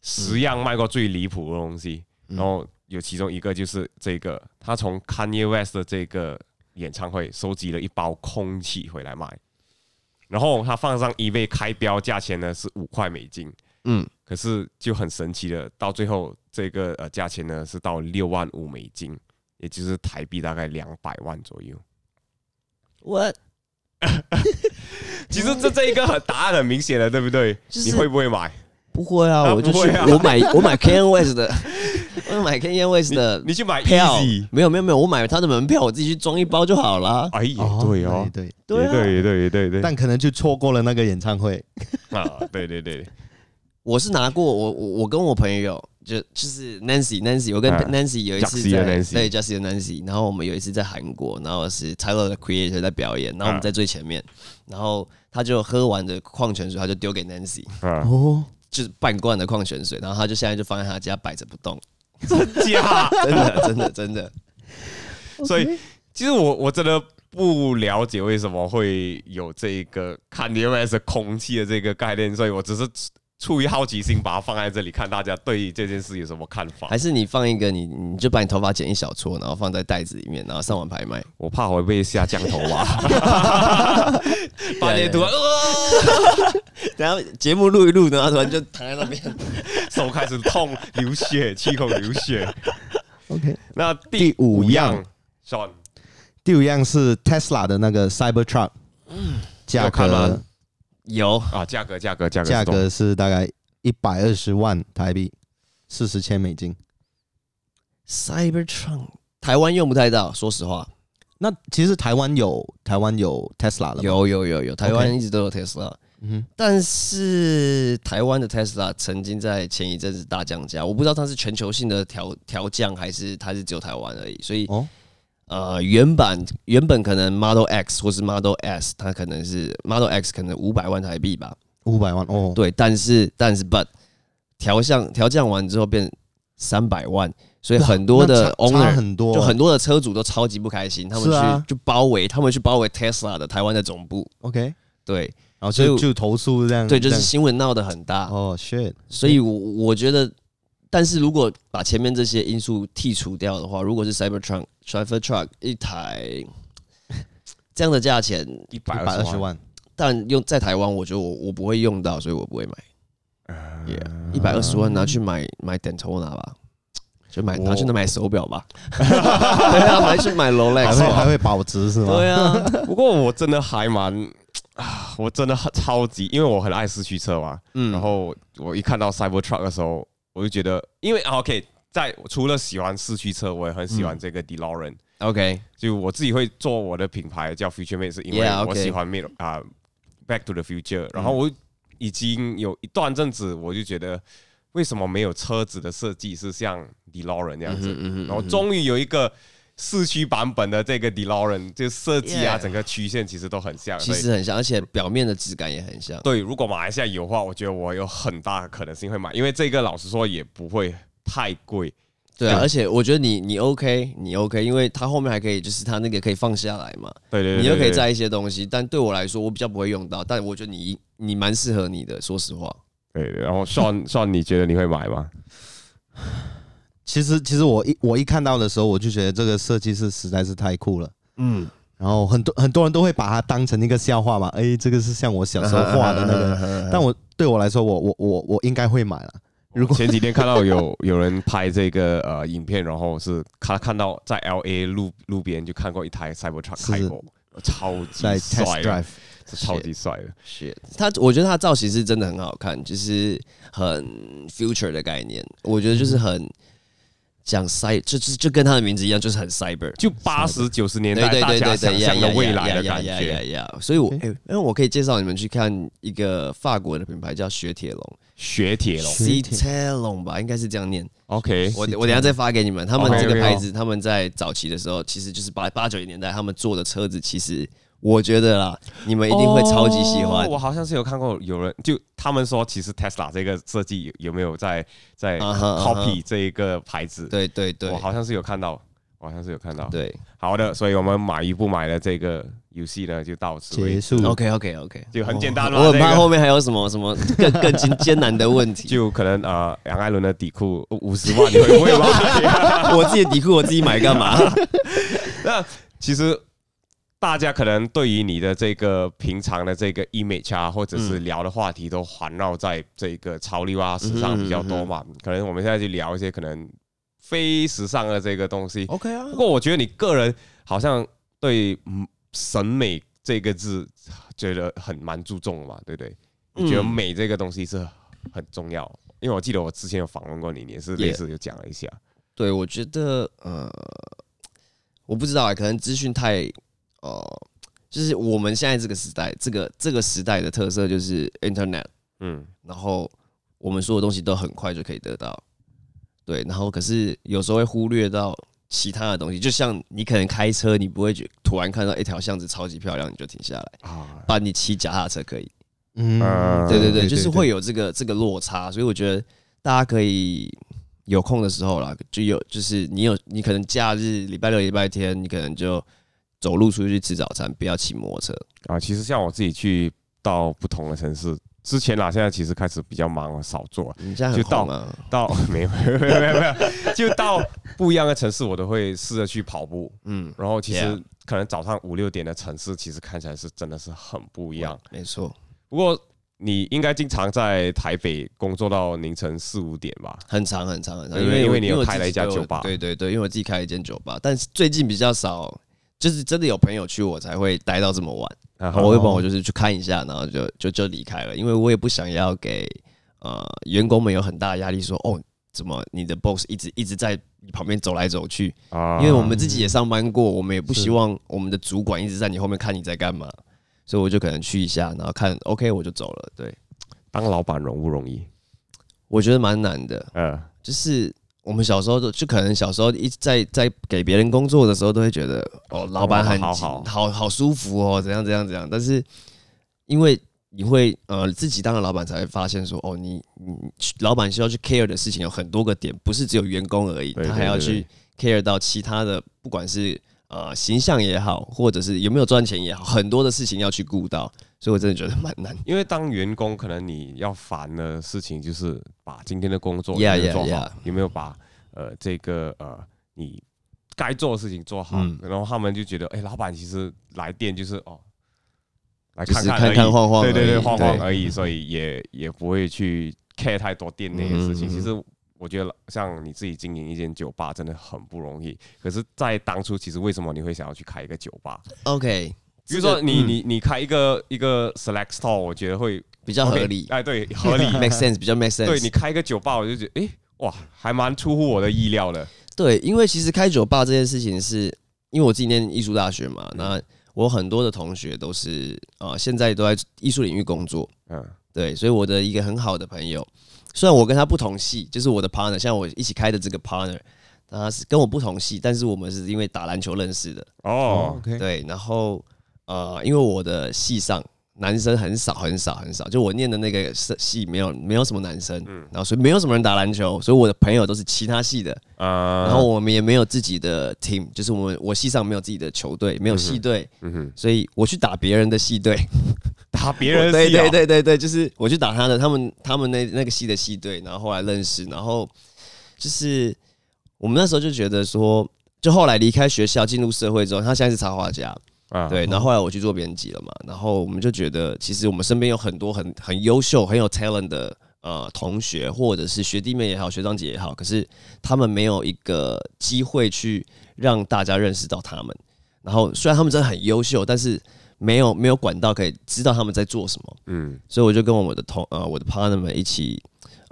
Speaker 2: 十样卖过最离谱的东西，然后有其中一个就是这个，他从 Kanye West 的这个演唱会收集了一包空气回来卖，然后他放上 eBay 开标价钱呢是五块美金，
Speaker 3: 嗯，
Speaker 2: 可是就很神奇的，到最后这个呃价钱呢是到六万五美金，也就是台币大概两百万左右。
Speaker 3: 我
Speaker 2: 其实这这一个很答案很明显了，对不对？
Speaker 3: 就是
Speaker 2: 你会不会买？
Speaker 3: 不会啊，
Speaker 2: 啊
Speaker 3: 我就
Speaker 2: 不
Speaker 3: 去
Speaker 2: 会啊
Speaker 3: 我买我买 Ken West 的，我买 Kanye West 的
Speaker 2: 你去买
Speaker 3: 票
Speaker 2: Easy，，
Speaker 3: 没有没有没有，我买他的门票，我自己去装一包就好啦。
Speaker 2: 哎，也对哦，
Speaker 1: 对对，
Speaker 3: 对
Speaker 2: 也
Speaker 3: 啊，
Speaker 2: 对，也对，也对，也对，
Speaker 1: 但可能就错过了那个演唱会。
Speaker 2: 啊，对对对，
Speaker 3: 我是拿过，我我我跟我朋友就就是 Nancy Nancy，我跟
Speaker 2: 哎
Speaker 3: 嗯 Nancy 有一次
Speaker 2: Jussie
Speaker 3: 在、
Speaker 2: 和 Nancy
Speaker 3: 对 Justin Nancy，然后我们有一次在韩国，然后是 Tyler 的 Creator 在表演，然后我们在最前面，然后他就喝完的矿泉水，他就丢给 Nancy，
Speaker 2: 啊，
Speaker 1: 哦，
Speaker 3: 就是半罐的矿泉水，然后他就现在就放在他家摆着不动，
Speaker 2: 假。
Speaker 3: 真的 真的真的，
Speaker 2: 啊所以其实我我真的不了解为什么会有这一个 Kanye West 空气的这个概念，所以我只是出于好奇心把它放在这里，看大家对这件事有什么看法
Speaker 3: 还。是你放一个你你就把你头发剪一小撮，然后放在袋子里面，然后上网拍卖，
Speaker 2: 我怕我被下降头啊吧，半夜
Speaker 3: 啊
Speaker 2: 突然呃
Speaker 3: 然后节目录一录，然后突然就躺在那 边。
Speaker 2: 手开始痛，流血，七口流血。
Speaker 1: OK，
Speaker 2: 那第五样，Sean，
Speaker 1: 第五样是 Tesla 的那个 Cybertruck，价
Speaker 2: 有看
Speaker 3: 啊
Speaker 1: 格
Speaker 2: 吗
Speaker 3: 有
Speaker 2: 啊，价格，价格，价格，
Speaker 1: 价格是大概一百二十万台币，四十千美金。
Speaker 3: Cybertron，台湾用不太到，说实话，
Speaker 1: 那其实台湾有台湾有 Tesla 了，，
Speaker 3: 有有有有，台湾
Speaker 1: OK
Speaker 3: 一直都有 Tesla，
Speaker 1: 嗯
Speaker 3: 但是台湾的 Tesla 曾经在前一阵子大降价，我不知道它是全球性的调调降，还是它是只有台湾而已，所以
Speaker 1: 哼，哦，
Speaker 3: 呃，原版原本可能 Model X 或是 Model S，它可能是 Model X 可能五百万台币吧，
Speaker 1: 五百万哦，
Speaker 3: 对，但是但是 but 调降调降完之后变三百万，所以
Speaker 1: 哇，
Speaker 3: 很
Speaker 1: 那
Speaker 3: 多的
Speaker 1: 差差
Speaker 3: owner
Speaker 1: 很多，啊
Speaker 3: 就很多的车主都超级不开心，他们
Speaker 1: 是
Speaker 3: 去、
Speaker 1: 啊
Speaker 3: 就包围，他们去包围 Tesla 的台湾的总部。
Speaker 1: OK，然
Speaker 3: 对
Speaker 1: 后
Speaker 3: 所以
Speaker 1: 就
Speaker 3: 我
Speaker 1: 就投诉这样，
Speaker 3: 对，就是
Speaker 1: 这样
Speaker 3: 新闻闹得很大，
Speaker 1: 哦 shit，
Speaker 3: 啊所以我我觉得，但是如果把前面这些因素剔除掉的话，如果是 Cybertruck Cybertruck 一台这样的价钱，
Speaker 2: 一百
Speaker 1: 一百
Speaker 2: 二
Speaker 1: 二
Speaker 2: 十
Speaker 1: 十
Speaker 2: 万，
Speaker 1: 万，
Speaker 3: 但用在台湾，我觉得我我不会用到，所以我不会买。一百二十万拿去买买 Daytona 吧，就买拿去那买手表吧。对啊，拿去
Speaker 1: 还
Speaker 3: 买 Rolex
Speaker 1: 会还
Speaker 3: 吧。
Speaker 1: 会保值是吗？
Speaker 3: 对啊，
Speaker 2: 不过我真的还蛮啊，我真的很超级，因为我很爱四驱车嘛。
Speaker 3: 嗯，
Speaker 2: 然后我一看到 Cybertruck 的时候，我就觉得，因为啊 OK，在除了喜欢四驱车，我也很
Speaker 1: 嗯
Speaker 2: 喜欢这个 DeLorean。
Speaker 3: OK，
Speaker 2: 就我自己会做我的品牌叫 Future Mate，是因为
Speaker 3: Yeah，OK
Speaker 2: 我喜欢 Mate 啊、Back to the Future。然后
Speaker 3: 嗯
Speaker 2: 我已经有一段阵子，我就觉得为什么没有车子的设计是像 DeLorean 这样
Speaker 3: 嗯
Speaker 2: 子？然后终于有一个。四驱版本的这个 DeLorean 就设计啊
Speaker 3: Yeah
Speaker 2: 整个曲线其实都很像。
Speaker 3: 其
Speaker 2: 啊所以
Speaker 3: 实很像，而且表面的质感也很像。
Speaker 2: 对，如果马来西亚有的话，我觉得我有很大的可能性会买，因为这个老实说也不会太贵。
Speaker 3: 对啊，而且我觉得你你 OK，你 OK，因为它后面还可以，就是它那个可以放下来嘛，
Speaker 2: 对对对
Speaker 3: 你又可以载
Speaker 2: 在
Speaker 3: 一些东西。但对我来说，我比较不会用到，但我觉得你你蛮适合你的，说实话。
Speaker 2: 对，对然后 Sean Sean，你觉得你会买吗？
Speaker 1: 其实其实我一我一看到的时候，我就觉得这个设计师实在是太酷了。
Speaker 3: 嗯，
Speaker 1: 然后很多很多人都会把它当成一个笑话 嘛，哎，这个是像我小时候画的那个。
Speaker 3: 个
Speaker 1: 但我对我来说，我我我我应该会买了。如果
Speaker 2: 前几天看到有 有人拍这个呃影片，然后是他看到在 L A 路路边就看过一台 Cybertruck
Speaker 1: 是
Speaker 2: 开过，超级
Speaker 1: 在
Speaker 3: 啊
Speaker 1: test
Speaker 2: 帅的，
Speaker 1: drive，
Speaker 2: 是超级帅的。
Speaker 3: 是它，我觉得它造型是真的很好看，就是很 future 的概念。我觉得就是很讲 cy，就是就跟它的名字一样，就是很 cyber。
Speaker 2: 就八十九十年
Speaker 3: 对
Speaker 2: 代
Speaker 3: 对
Speaker 2: 大
Speaker 3: 对
Speaker 2: 家
Speaker 3: 对
Speaker 2: 想
Speaker 3: 对，呀
Speaker 2: 象的
Speaker 3: 呀
Speaker 2: 未
Speaker 3: 呀
Speaker 2: 来
Speaker 3: 呀
Speaker 2: 的
Speaker 3: 呀
Speaker 2: 感
Speaker 3: 呀
Speaker 2: 觉
Speaker 3: 呀，呀！所以我，
Speaker 1: OK
Speaker 3: 哎，因为我可以介绍你们去看一个法国的品牌叫雪铁龙
Speaker 2: 雪铁龙。
Speaker 3: c i t e l o n 吧，应该是这样念。
Speaker 2: OK，
Speaker 3: 我我等一下再发给你们。他们
Speaker 2: OK，
Speaker 3: 这个
Speaker 2: OK，
Speaker 3: 牌子，他们在早期的时候，其实就是八八九零年代他们做的车子，其实我觉得啦，你们一定会超级喜欢
Speaker 2: 哦。我好像是有看过有人就他们说，其实 Tesla 这个设计有有没有在在
Speaker 3: 啊哈啊哈
Speaker 2: copy 这一个牌子？
Speaker 3: 对对对
Speaker 2: 我好像是有看到，我好像是有看到。
Speaker 3: 对
Speaker 2: 好的，所以我们买与不买的这个游戏呢，就到此
Speaker 1: 结
Speaker 2: 为止，
Speaker 1: 束。
Speaker 3: ，OK OK OK。
Speaker 2: 就很简单嘛。啊
Speaker 3: 我
Speaker 2: 这
Speaker 3: 很
Speaker 2: 个
Speaker 3: 怕后面还有什么什么更更艰艰难的问 题。
Speaker 2: 就可能呃，杨艾伦的底裤五十万，你会不会买？
Speaker 3: 我自己的底裤我自己买 干嘛？
Speaker 2: 那 其实大家可能对于你的这个平常的这个 image 啊，或者
Speaker 3: 嗯
Speaker 2: 是聊的话题，都环绕在这个潮流啊、时尚比较多嘛。
Speaker 3: 嗯
Speaker 2: 可能我们现在去聊一些可能非时尚的这个东西。
Speaker 3: OK 啊
Speaker 2: 不过我觉得你个人好像对嗯审美这个字觉得很蛮注重的嘛，对不对？你觉得
Speaker 3: 嗯
Speaker 2: 美这个东西是很重要？因为我记得我之前有访问过你，你也是类似有讲了一下。
Speaker 3: 对，我觉得呃，我不知道、欸，可能资讯太呃，就是我们现在这个时代，这个这个时代的特色就是 Internet，
Speaker 2: 嗯，
Speaker 3: 然后我们所有东西都很快就可以得到，对，然后可是有时候会忽略到其他的东西，就像你可能开车，你不会觉突然看到一条巷子超级漂亮你就停下来，
Speaker 2: 啊，
Speaker 3: 把你骑脚踏车可以，
Speaker 1: 嗯
Speaker 2: 呃
Speaker 3: 对啊对对，就是会有这个这个落差，所以我觉得大家可以有空的时候啦，就有就是你有你可能假日礼拜六礼拜天，你可能就走路出去吃早餐，不要骑摩托车。
Speaker 2: 啊，其实像我自己去到不同的城市之前啦，现在其实开始比较忙了，少做了。
Speaker 3: 你这样很
Speaker 2: 就到
Speaker 3: 红啊，
Speaker 2: 到 没有没有没有没有没有，就到不一样的城市，我都会试着去跑步。
Speaker 3: 嗯，
Speaker 2: 然后其实
Speaker 3: Yeah
Speaker 2: 可能早上五六点的城市，其实看起来是真的是很不一样。
Speaker 3: 没错，
Speaker 2: 不过你应该经常在台北工作到凌晨四五点吧？
Speaker 3: 很长很长很长，
Speaker 2: 对对因
Speaker 3: 我
Speaker 2: 为你有
Speaker 3: 我
Speaker 2: 开
Speaker 3: 自己
Speaker 2: 了一家
Speaker 3: 都有
Speaker 2: 酒吧
Speaker 3: 对对对，因为我自己开了一间酒吧，但是最近比较少。就是真的有朋友去，我才会待到这么晚。
Speaker 2: 然
Speaker 3: 哦我会帮我就是去看一下，然后就就就离开了，因为我也不想要给呃员工们有很大的压力说，哦，怎么你的 boss 一直一直在你旁边走来走去，
Speaker 2: 啊
Speaker 3: 因为我们自己也上班过，我们也不
Speaker 1: 是
Speaker 3: 希望我们的主管一直在你后面看你在干嘛，所以我就可能去一下，然后看 OK 我就走了。对，
Speaker 2: 当老板容不容易？
Speaker 3: 我觉得蛮难的，
Speaker 2: 呃，
Speaker 3: 就是我们小时候都就可能小时候一直在在给别人工作的时候，都会觉得哦，老板很
Speaker 2: 好
Speaker 3: 紧
Speaker 2: 好
Speaker 3: 好好舒服哦，怎样怎样怎样。但是因为你会呃自己当了老板，才会发现说哦，你你老板需要去 care 的事情有很多个点，不是只有员工而已，
Speaker 2: 对
Speaker 3: 他还要
Speaker 2: 对对
Speaker 3: 去 care 到其他的，不管是呃形象也好，或者是有没有赚钱也好，很多的事情要去顾到。所以我真的觉得蛮难的。
Speaker 2: 因为当员工，可能你要烦的事情就是把今天的工作有
Speaker 3: Yeah,
Speaker 2: 没有做
Speaker 3: yeah,
Speaker 2: 好，有没有把呃这个呃你该做的事情做好
Speaker 3: 嗯，
Speaker 2: 然后他们就觉得，哎，老板其实来电就是哦，来
Speaker 3: 就
Speaker 2: 看
Speaker 3: 是
Speaker 2: 看
Speaker 3: 看
Speaker 2: 而已
Speaker 3: 看晃晃
Speaker 2: 对对对，
Speaker 3: 而已
Speaker 2: 晃晃
Speaker 3: 对
Speaker 2: 而已，所以也也不会去 care 太多店内的事情。
Speaker 3: 嗯嗯嗯
Speaker 2: 其实我觉得像你自己经营一间酒吧真的很不容易，可是，在当初其实为什么你会想要去开一个酒吧？
Speaker 3: OK，
Speaker 2: 比如说
Speaker 3: 这个
Speaker 2: 你
Speaker 3: 嗯
Speaker 2: 你你开一个一个 select store，我觉得会
Speaker 3: 比较
Speaker 2: OK，
Speaker 3: 啊合理。
Speaker 2: 哎，对，合理
Speaker 3: ，make sense 比较 make sense。
Speaker 2: 对你开一个酒吧，我就觉得，哎，哇，还蛮出乎我的意料的。
Speaker 3: 对，因为其实开酒吧这件事情是，因为我自己念艺术大学嘛，
Speaker 2: 嗯
Speaker 3: 那我很多的同学都是呃，现在都在艺术领域工作，
Speaker 2: 嗯，
Speaker 3: 对，所以我的一个很好的朋友，虽然我跟他不同系，就是我的 partner，像我一起开的这个 partner，他是跟我不同系，但是我们是因为打篮球认识的，
Speaker 2: 哦，
Speaker 1: ，OK，
Speaker 3: 对，然后呃，因为我的系上男生很少很少很少，就我念的那个社系没有没有什么男生，
Speaker 2: 嗯
Speaker 3: 然后所以没有什么人打篮球，所以我的朋友都是其他系的，
Speaker 2: 啊，
Speaker 3: 然后，我们也没有自己的 team，就是我们我系上没有自己的球队，没有系队，
Speaker 2: 嗯哼，
Speaker 3: 所以我去打别人的系队。
Speaker 2: 打别人
Speaker 3: 对
Speaker 2: 戏啊
Speaker 3: 对，对对对，就是我去打他的，他们他们那那个系的系队，然后后来认识，然后就是我们那时候就觉得说，就后来离开学校进入社会之后，他现在是插画家，
Speaker 2: 啊，
Speaker 3: 对，然后后来我去做编辑了嘛，然后我们就觉得，其实我们身边有很多很很优秀、很有 talent 的呃同学，或者是学弟妹也好、学长姐也好，可是他们没有一个机会去让大家认识到他们。然后虽然他们真的很优秀，但是没有没有管道可以知道他们在做什么，
Speaker 2: 嗯，
Speaker 3: 所以我就跟我的同呃我的 partner 们一起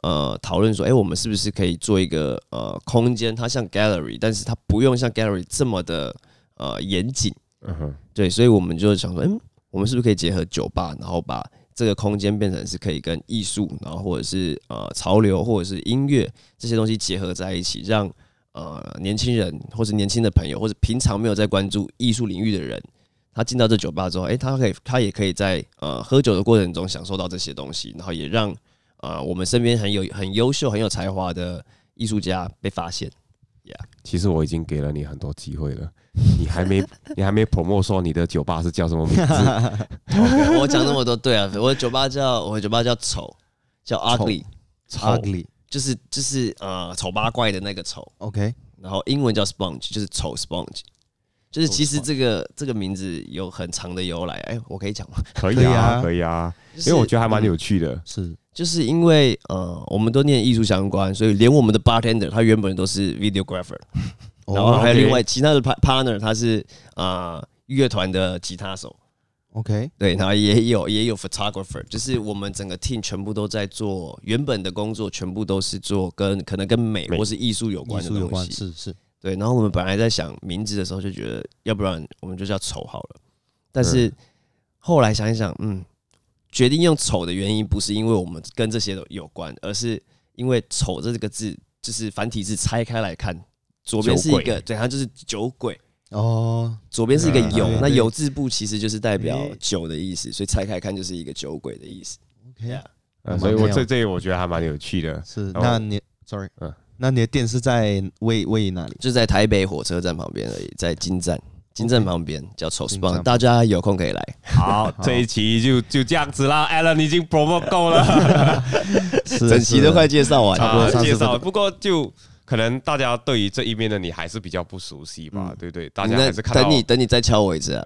Speaker 3: 呃讨论说，哎、我们是不是可以做一个呃空间，它像 gallery，但是它不用像 gallery 这么的呃严谨。
Speaker 2: 嗯哼，
Speaker 3: 对，所以我们就想说，嗯，我们是不是可以结合酒吧，然后把这个空间变成是可以跟艺术，然后或者是呃潮流或者是音乐这些东西结合在一起，让呃年轻人或是年轻的朋友，或者平常没有在关注艺术领域的人，他进到这酒吧之后，诶，他可以他也可以在呃喝酒的过程中享受到这些东西，然后也让呃我们身边很有很优秀很有才华的艺术家被发现。
Speaker 2: 其实我已经给了你很多机会了，你 还没你还没 promo 说你的酒吧是叫什么名字？
Speaker 3: OK，我讲那么多，对啊，我的酒吧叫我的酒吧叫丑，叫 ugly。
Speaker 1: ugly，OK，
Speaker 3: 就是就是呃丑八怪的那个丑，然后英文叫 sponge，就是丑 sponge，就是其实这个这个名字有很长的由来。哎、我可以讲吗？
Speaker 1: 可
Speaker 2: 可以
Speaker 1: 以
Speaker 2: 啊，
Speaker 1: 啊嗯
Speaker 2: 可以啊，
Speaker 3: 就是
Speaker 2: 因为我觉得还蛮有趣的。
Speaker 1: 是
Speaker 3: 就是因为呃我们都念艺术相关，所以连我们的 bartender 他原本都是 videographer，然后
Speaker 2: OK
Speaker 3: 还有呃另外其他的 pa- partner 他是啊乐团的吉他手，
Speaker 1: OK，
Speaker 3: 对，然后也有也有 photographer，就是我们整个 team 全部都在做原本的工作，全部都是做跟可能跟美
Speaker 2: 美
Speaker 3: 或是艺术有关
Speaker 1: 艺
Speaker 3: 的
Speaker 1: 术有
Speaker 3: 东
Speaker 1: 关，
Speaker 3: 西。
Speaker 1: 是是，
Speaker 3: 对，然后我们本来在想名字的时候就觉得，要不然我们就叫丑好了。但是后来想一想，嗯，决定用丑的原因不是因为我们跟这些有关，而是因为丑这个字就是繁体字拆开来看，左边是一
Speaker 2: 酒
Speaker 3: 个，对，它就是酒鬼。
Speaker 1: 哦，
Speaker 3: 左边是一个
Speaker 1: 嗯
Speaker 3: 有，
Speaker 1: 对
Speaker 3: 那
Speaker 1: 对
Speaker 3: 有字部其实就是代表
Speaker 1: 诶
Speaker 3: 酒的意思，所以拆开看就是一个酒鬼的意思。
Speaker 1: OK，
Speaker 3: Yeah
Speaker 2: 呃
Speaker 1: 蛮
Speaker 2: 所以我
Speaker 1: 妙
Speaker 2: 这这我觉得还蛮有趣的。
Speaker 1: 是。
Speaker 2: 哦
Speaker 1: 那你，sorry，
Speaker 2: 嗯
Speaker 1: 那你的店是在位位于哪 里？
Speaker 3: 就在台北火车站旁边而已，在金站，金站旁边叫丑
Speaker 1: 金站
Speaker 3: spawn，大家有空可以来。
Speaker 2: 好， 这一期就就这样子啦，Alan 已经 promo 够了，
Speaker 1: 是
Speaker 3: 整期都快介绍完
Speaker 1: 差不多
Speaker 3: 了，
Speaker 1: 30
Speaker 2: 啊介绍。
Speaker 1: 分钟
Speaker 2: 不过就可能大家对于这一面的你还是比较不熟悉吧，
Speaker 1: 嗯
Speaker 2: 对不对？大家
Speaker 3: 那
Speaker 2: 还是看到
Speaker 3: 等你等你再敲我一次啊。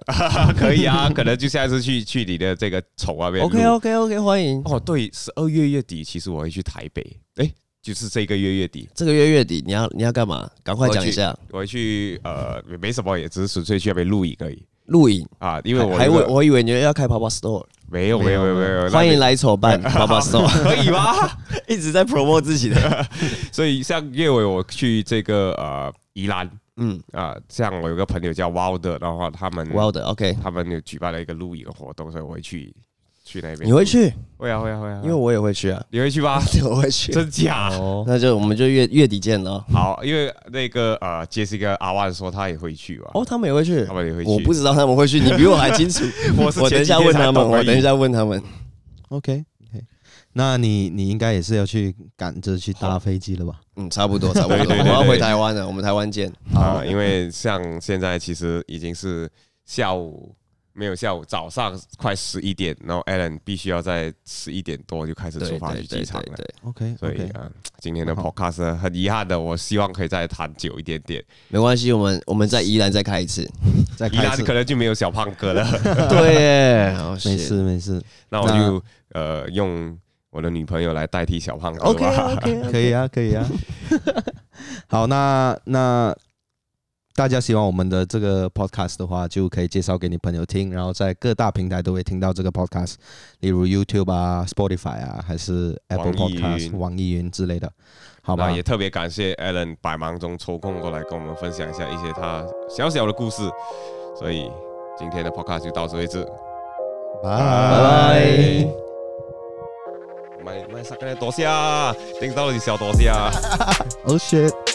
Speaker 2: 可以 啊，可能就下一次去去你的这个丑那边录。
Speaker 3: OK OK OK，欢迎。
Speaker 2: 哦，对，十二月月底其实我会去台北，诶，就是这个月月底。
Speaker 3: 这个月月底你要你要干嘛？赶快
Speaker 2: 我
Speaker 3: 讲一
Speaker 2: 去
Speaker 3: 下
Speaker 2: 我会去呃，也没什么，也只是纯粹去那边录影而已
Speaker 3: 录影，
Speaker 2: 啊。因为我
Speaker 3: 还
Speaker 2: 有
Speaker 3: 我
Speaker 2: 个
Speaker 3: 我以为你要开 Papa Store，
Speaker 2: 没有没有没有没有，
Speaker 3: 欢迎
Speaker 2: 来，
Speaker 3: 来丑 办 Papa Store，
Speaker 2: 可以吗？
Speaker 3: 一直在 promote 自 己的。
Speaker 2: 所以像月尾我去这个呃宜兰
Speaker 3: 嗯
Speaker 2: 啊，像我有个朋友叫 Wild，然后他们
Speaker 3: ，Well 的 OK，
Speaker 2: 他们有举办了一个录影的活动，所以我会去去那边。
Speaker 3: 你会？去？
Speaker 2: 会啊会啊会啊，
Speaker 3: 因为我也会去 啊，
Speaker 2: 你会去 吗？
Speaker 3: 我会去。
Speaker 2: 真假？
Speaker 1: 哦，
Speaker 3: 那就我们就月月底见了。
Speaker 2: 好，因为那个呃，杰西跟阿万说他也会去吧。
Speaker 3: 哦，他们也会去
Speaker 2: 他，们也会去。
Speaker 3: 我不知道他们会去，你比我还清楚。
Speaker 2: 我是
Speaker 3: 我
Speaker 2: 前
Speaker 3: 等一
Speaker 2: 几
Speaker 3: 下
Speaker 2: 天
Speaker 3: 问
Speaker 2: 才
Speaker 3: 他们，
Speaker 2: 懂而
Speaker 3: 我
Speaker 2: 已
Speaker 3: 等一下问他们。
Speaker 1: OK OK，那你你应该也是要去赶着去搭飞机了吧？
Speaker 3: 嗯，差不 多，差不多。
Speaker 2: 对对对
Speaker 3: 我要
Speaker 2: 对
Speaker 3: 回台湾了，我们台湾见。
Speaker 2: 啊、因为像现在其实已经是下午，没有下午，早上快十一点，然后 Alan 必须要在十一点多就开始
Speaker 3: 对
Speaker 2: 出发去
Speaker 3: 对
Speaker 2: 机
Speaker 3: 对
Speaker 2: 场
Speaker 3: 对
Speaker 2: 了。
Speaker 3: 对，
Speaker 1: OK
Speaker 2: 所以
Speaker 1: OK，
Speaker 2: 啊、今 天的
Speaker 1: 好
Speaker 2: podcast 呢很遗憾的，我希望可以再谈久一点点。
Speaker 3: 没关系，我们我们在宜兰再开一 次。
Speaker 1: 再
Speaker 2: 依
Speaker 1: 开
Speaker 2: 然
Speaker 1: 始
Speaker 2: 可，能就没有小胖哥 了，
Speaker 3: 对耶，好
Speaker 1: 没。
Speaker 3: 谢
Speaker 1: 事没事，
Speaker 2: 那我就呃用我的女朋友来代替小胖哥
Speaker 3: OK
Speaker 2: 吧。
Speaker 3: OK，
Speaker 1: 可以啊可以啊。 好，那那大家喜欢我们的这个 podcast 的话，就可以介绍给你朋友听，然后在各大平台都会听到这个 podcast，例如 YouTube 啊、Spotify 啊，还是 Apple
Speaker 2: 网易云
Speaker 1: Podcast、网易云之类的，好吧
Speaker 2: 那？也特别感谢 Alan 百忙中抽空过来跟我们分享一下一些他小小的故事，所以今天的 podcast 就到此为止，
Speaker 1: 拜
Speaker 3: 拜
Speaker 1: 拜。
Speaker 2: 啊卖卖啥个多虾，顶到你小多虾。啊
Speaker 1: Oh shit。
Speaker 2: 啊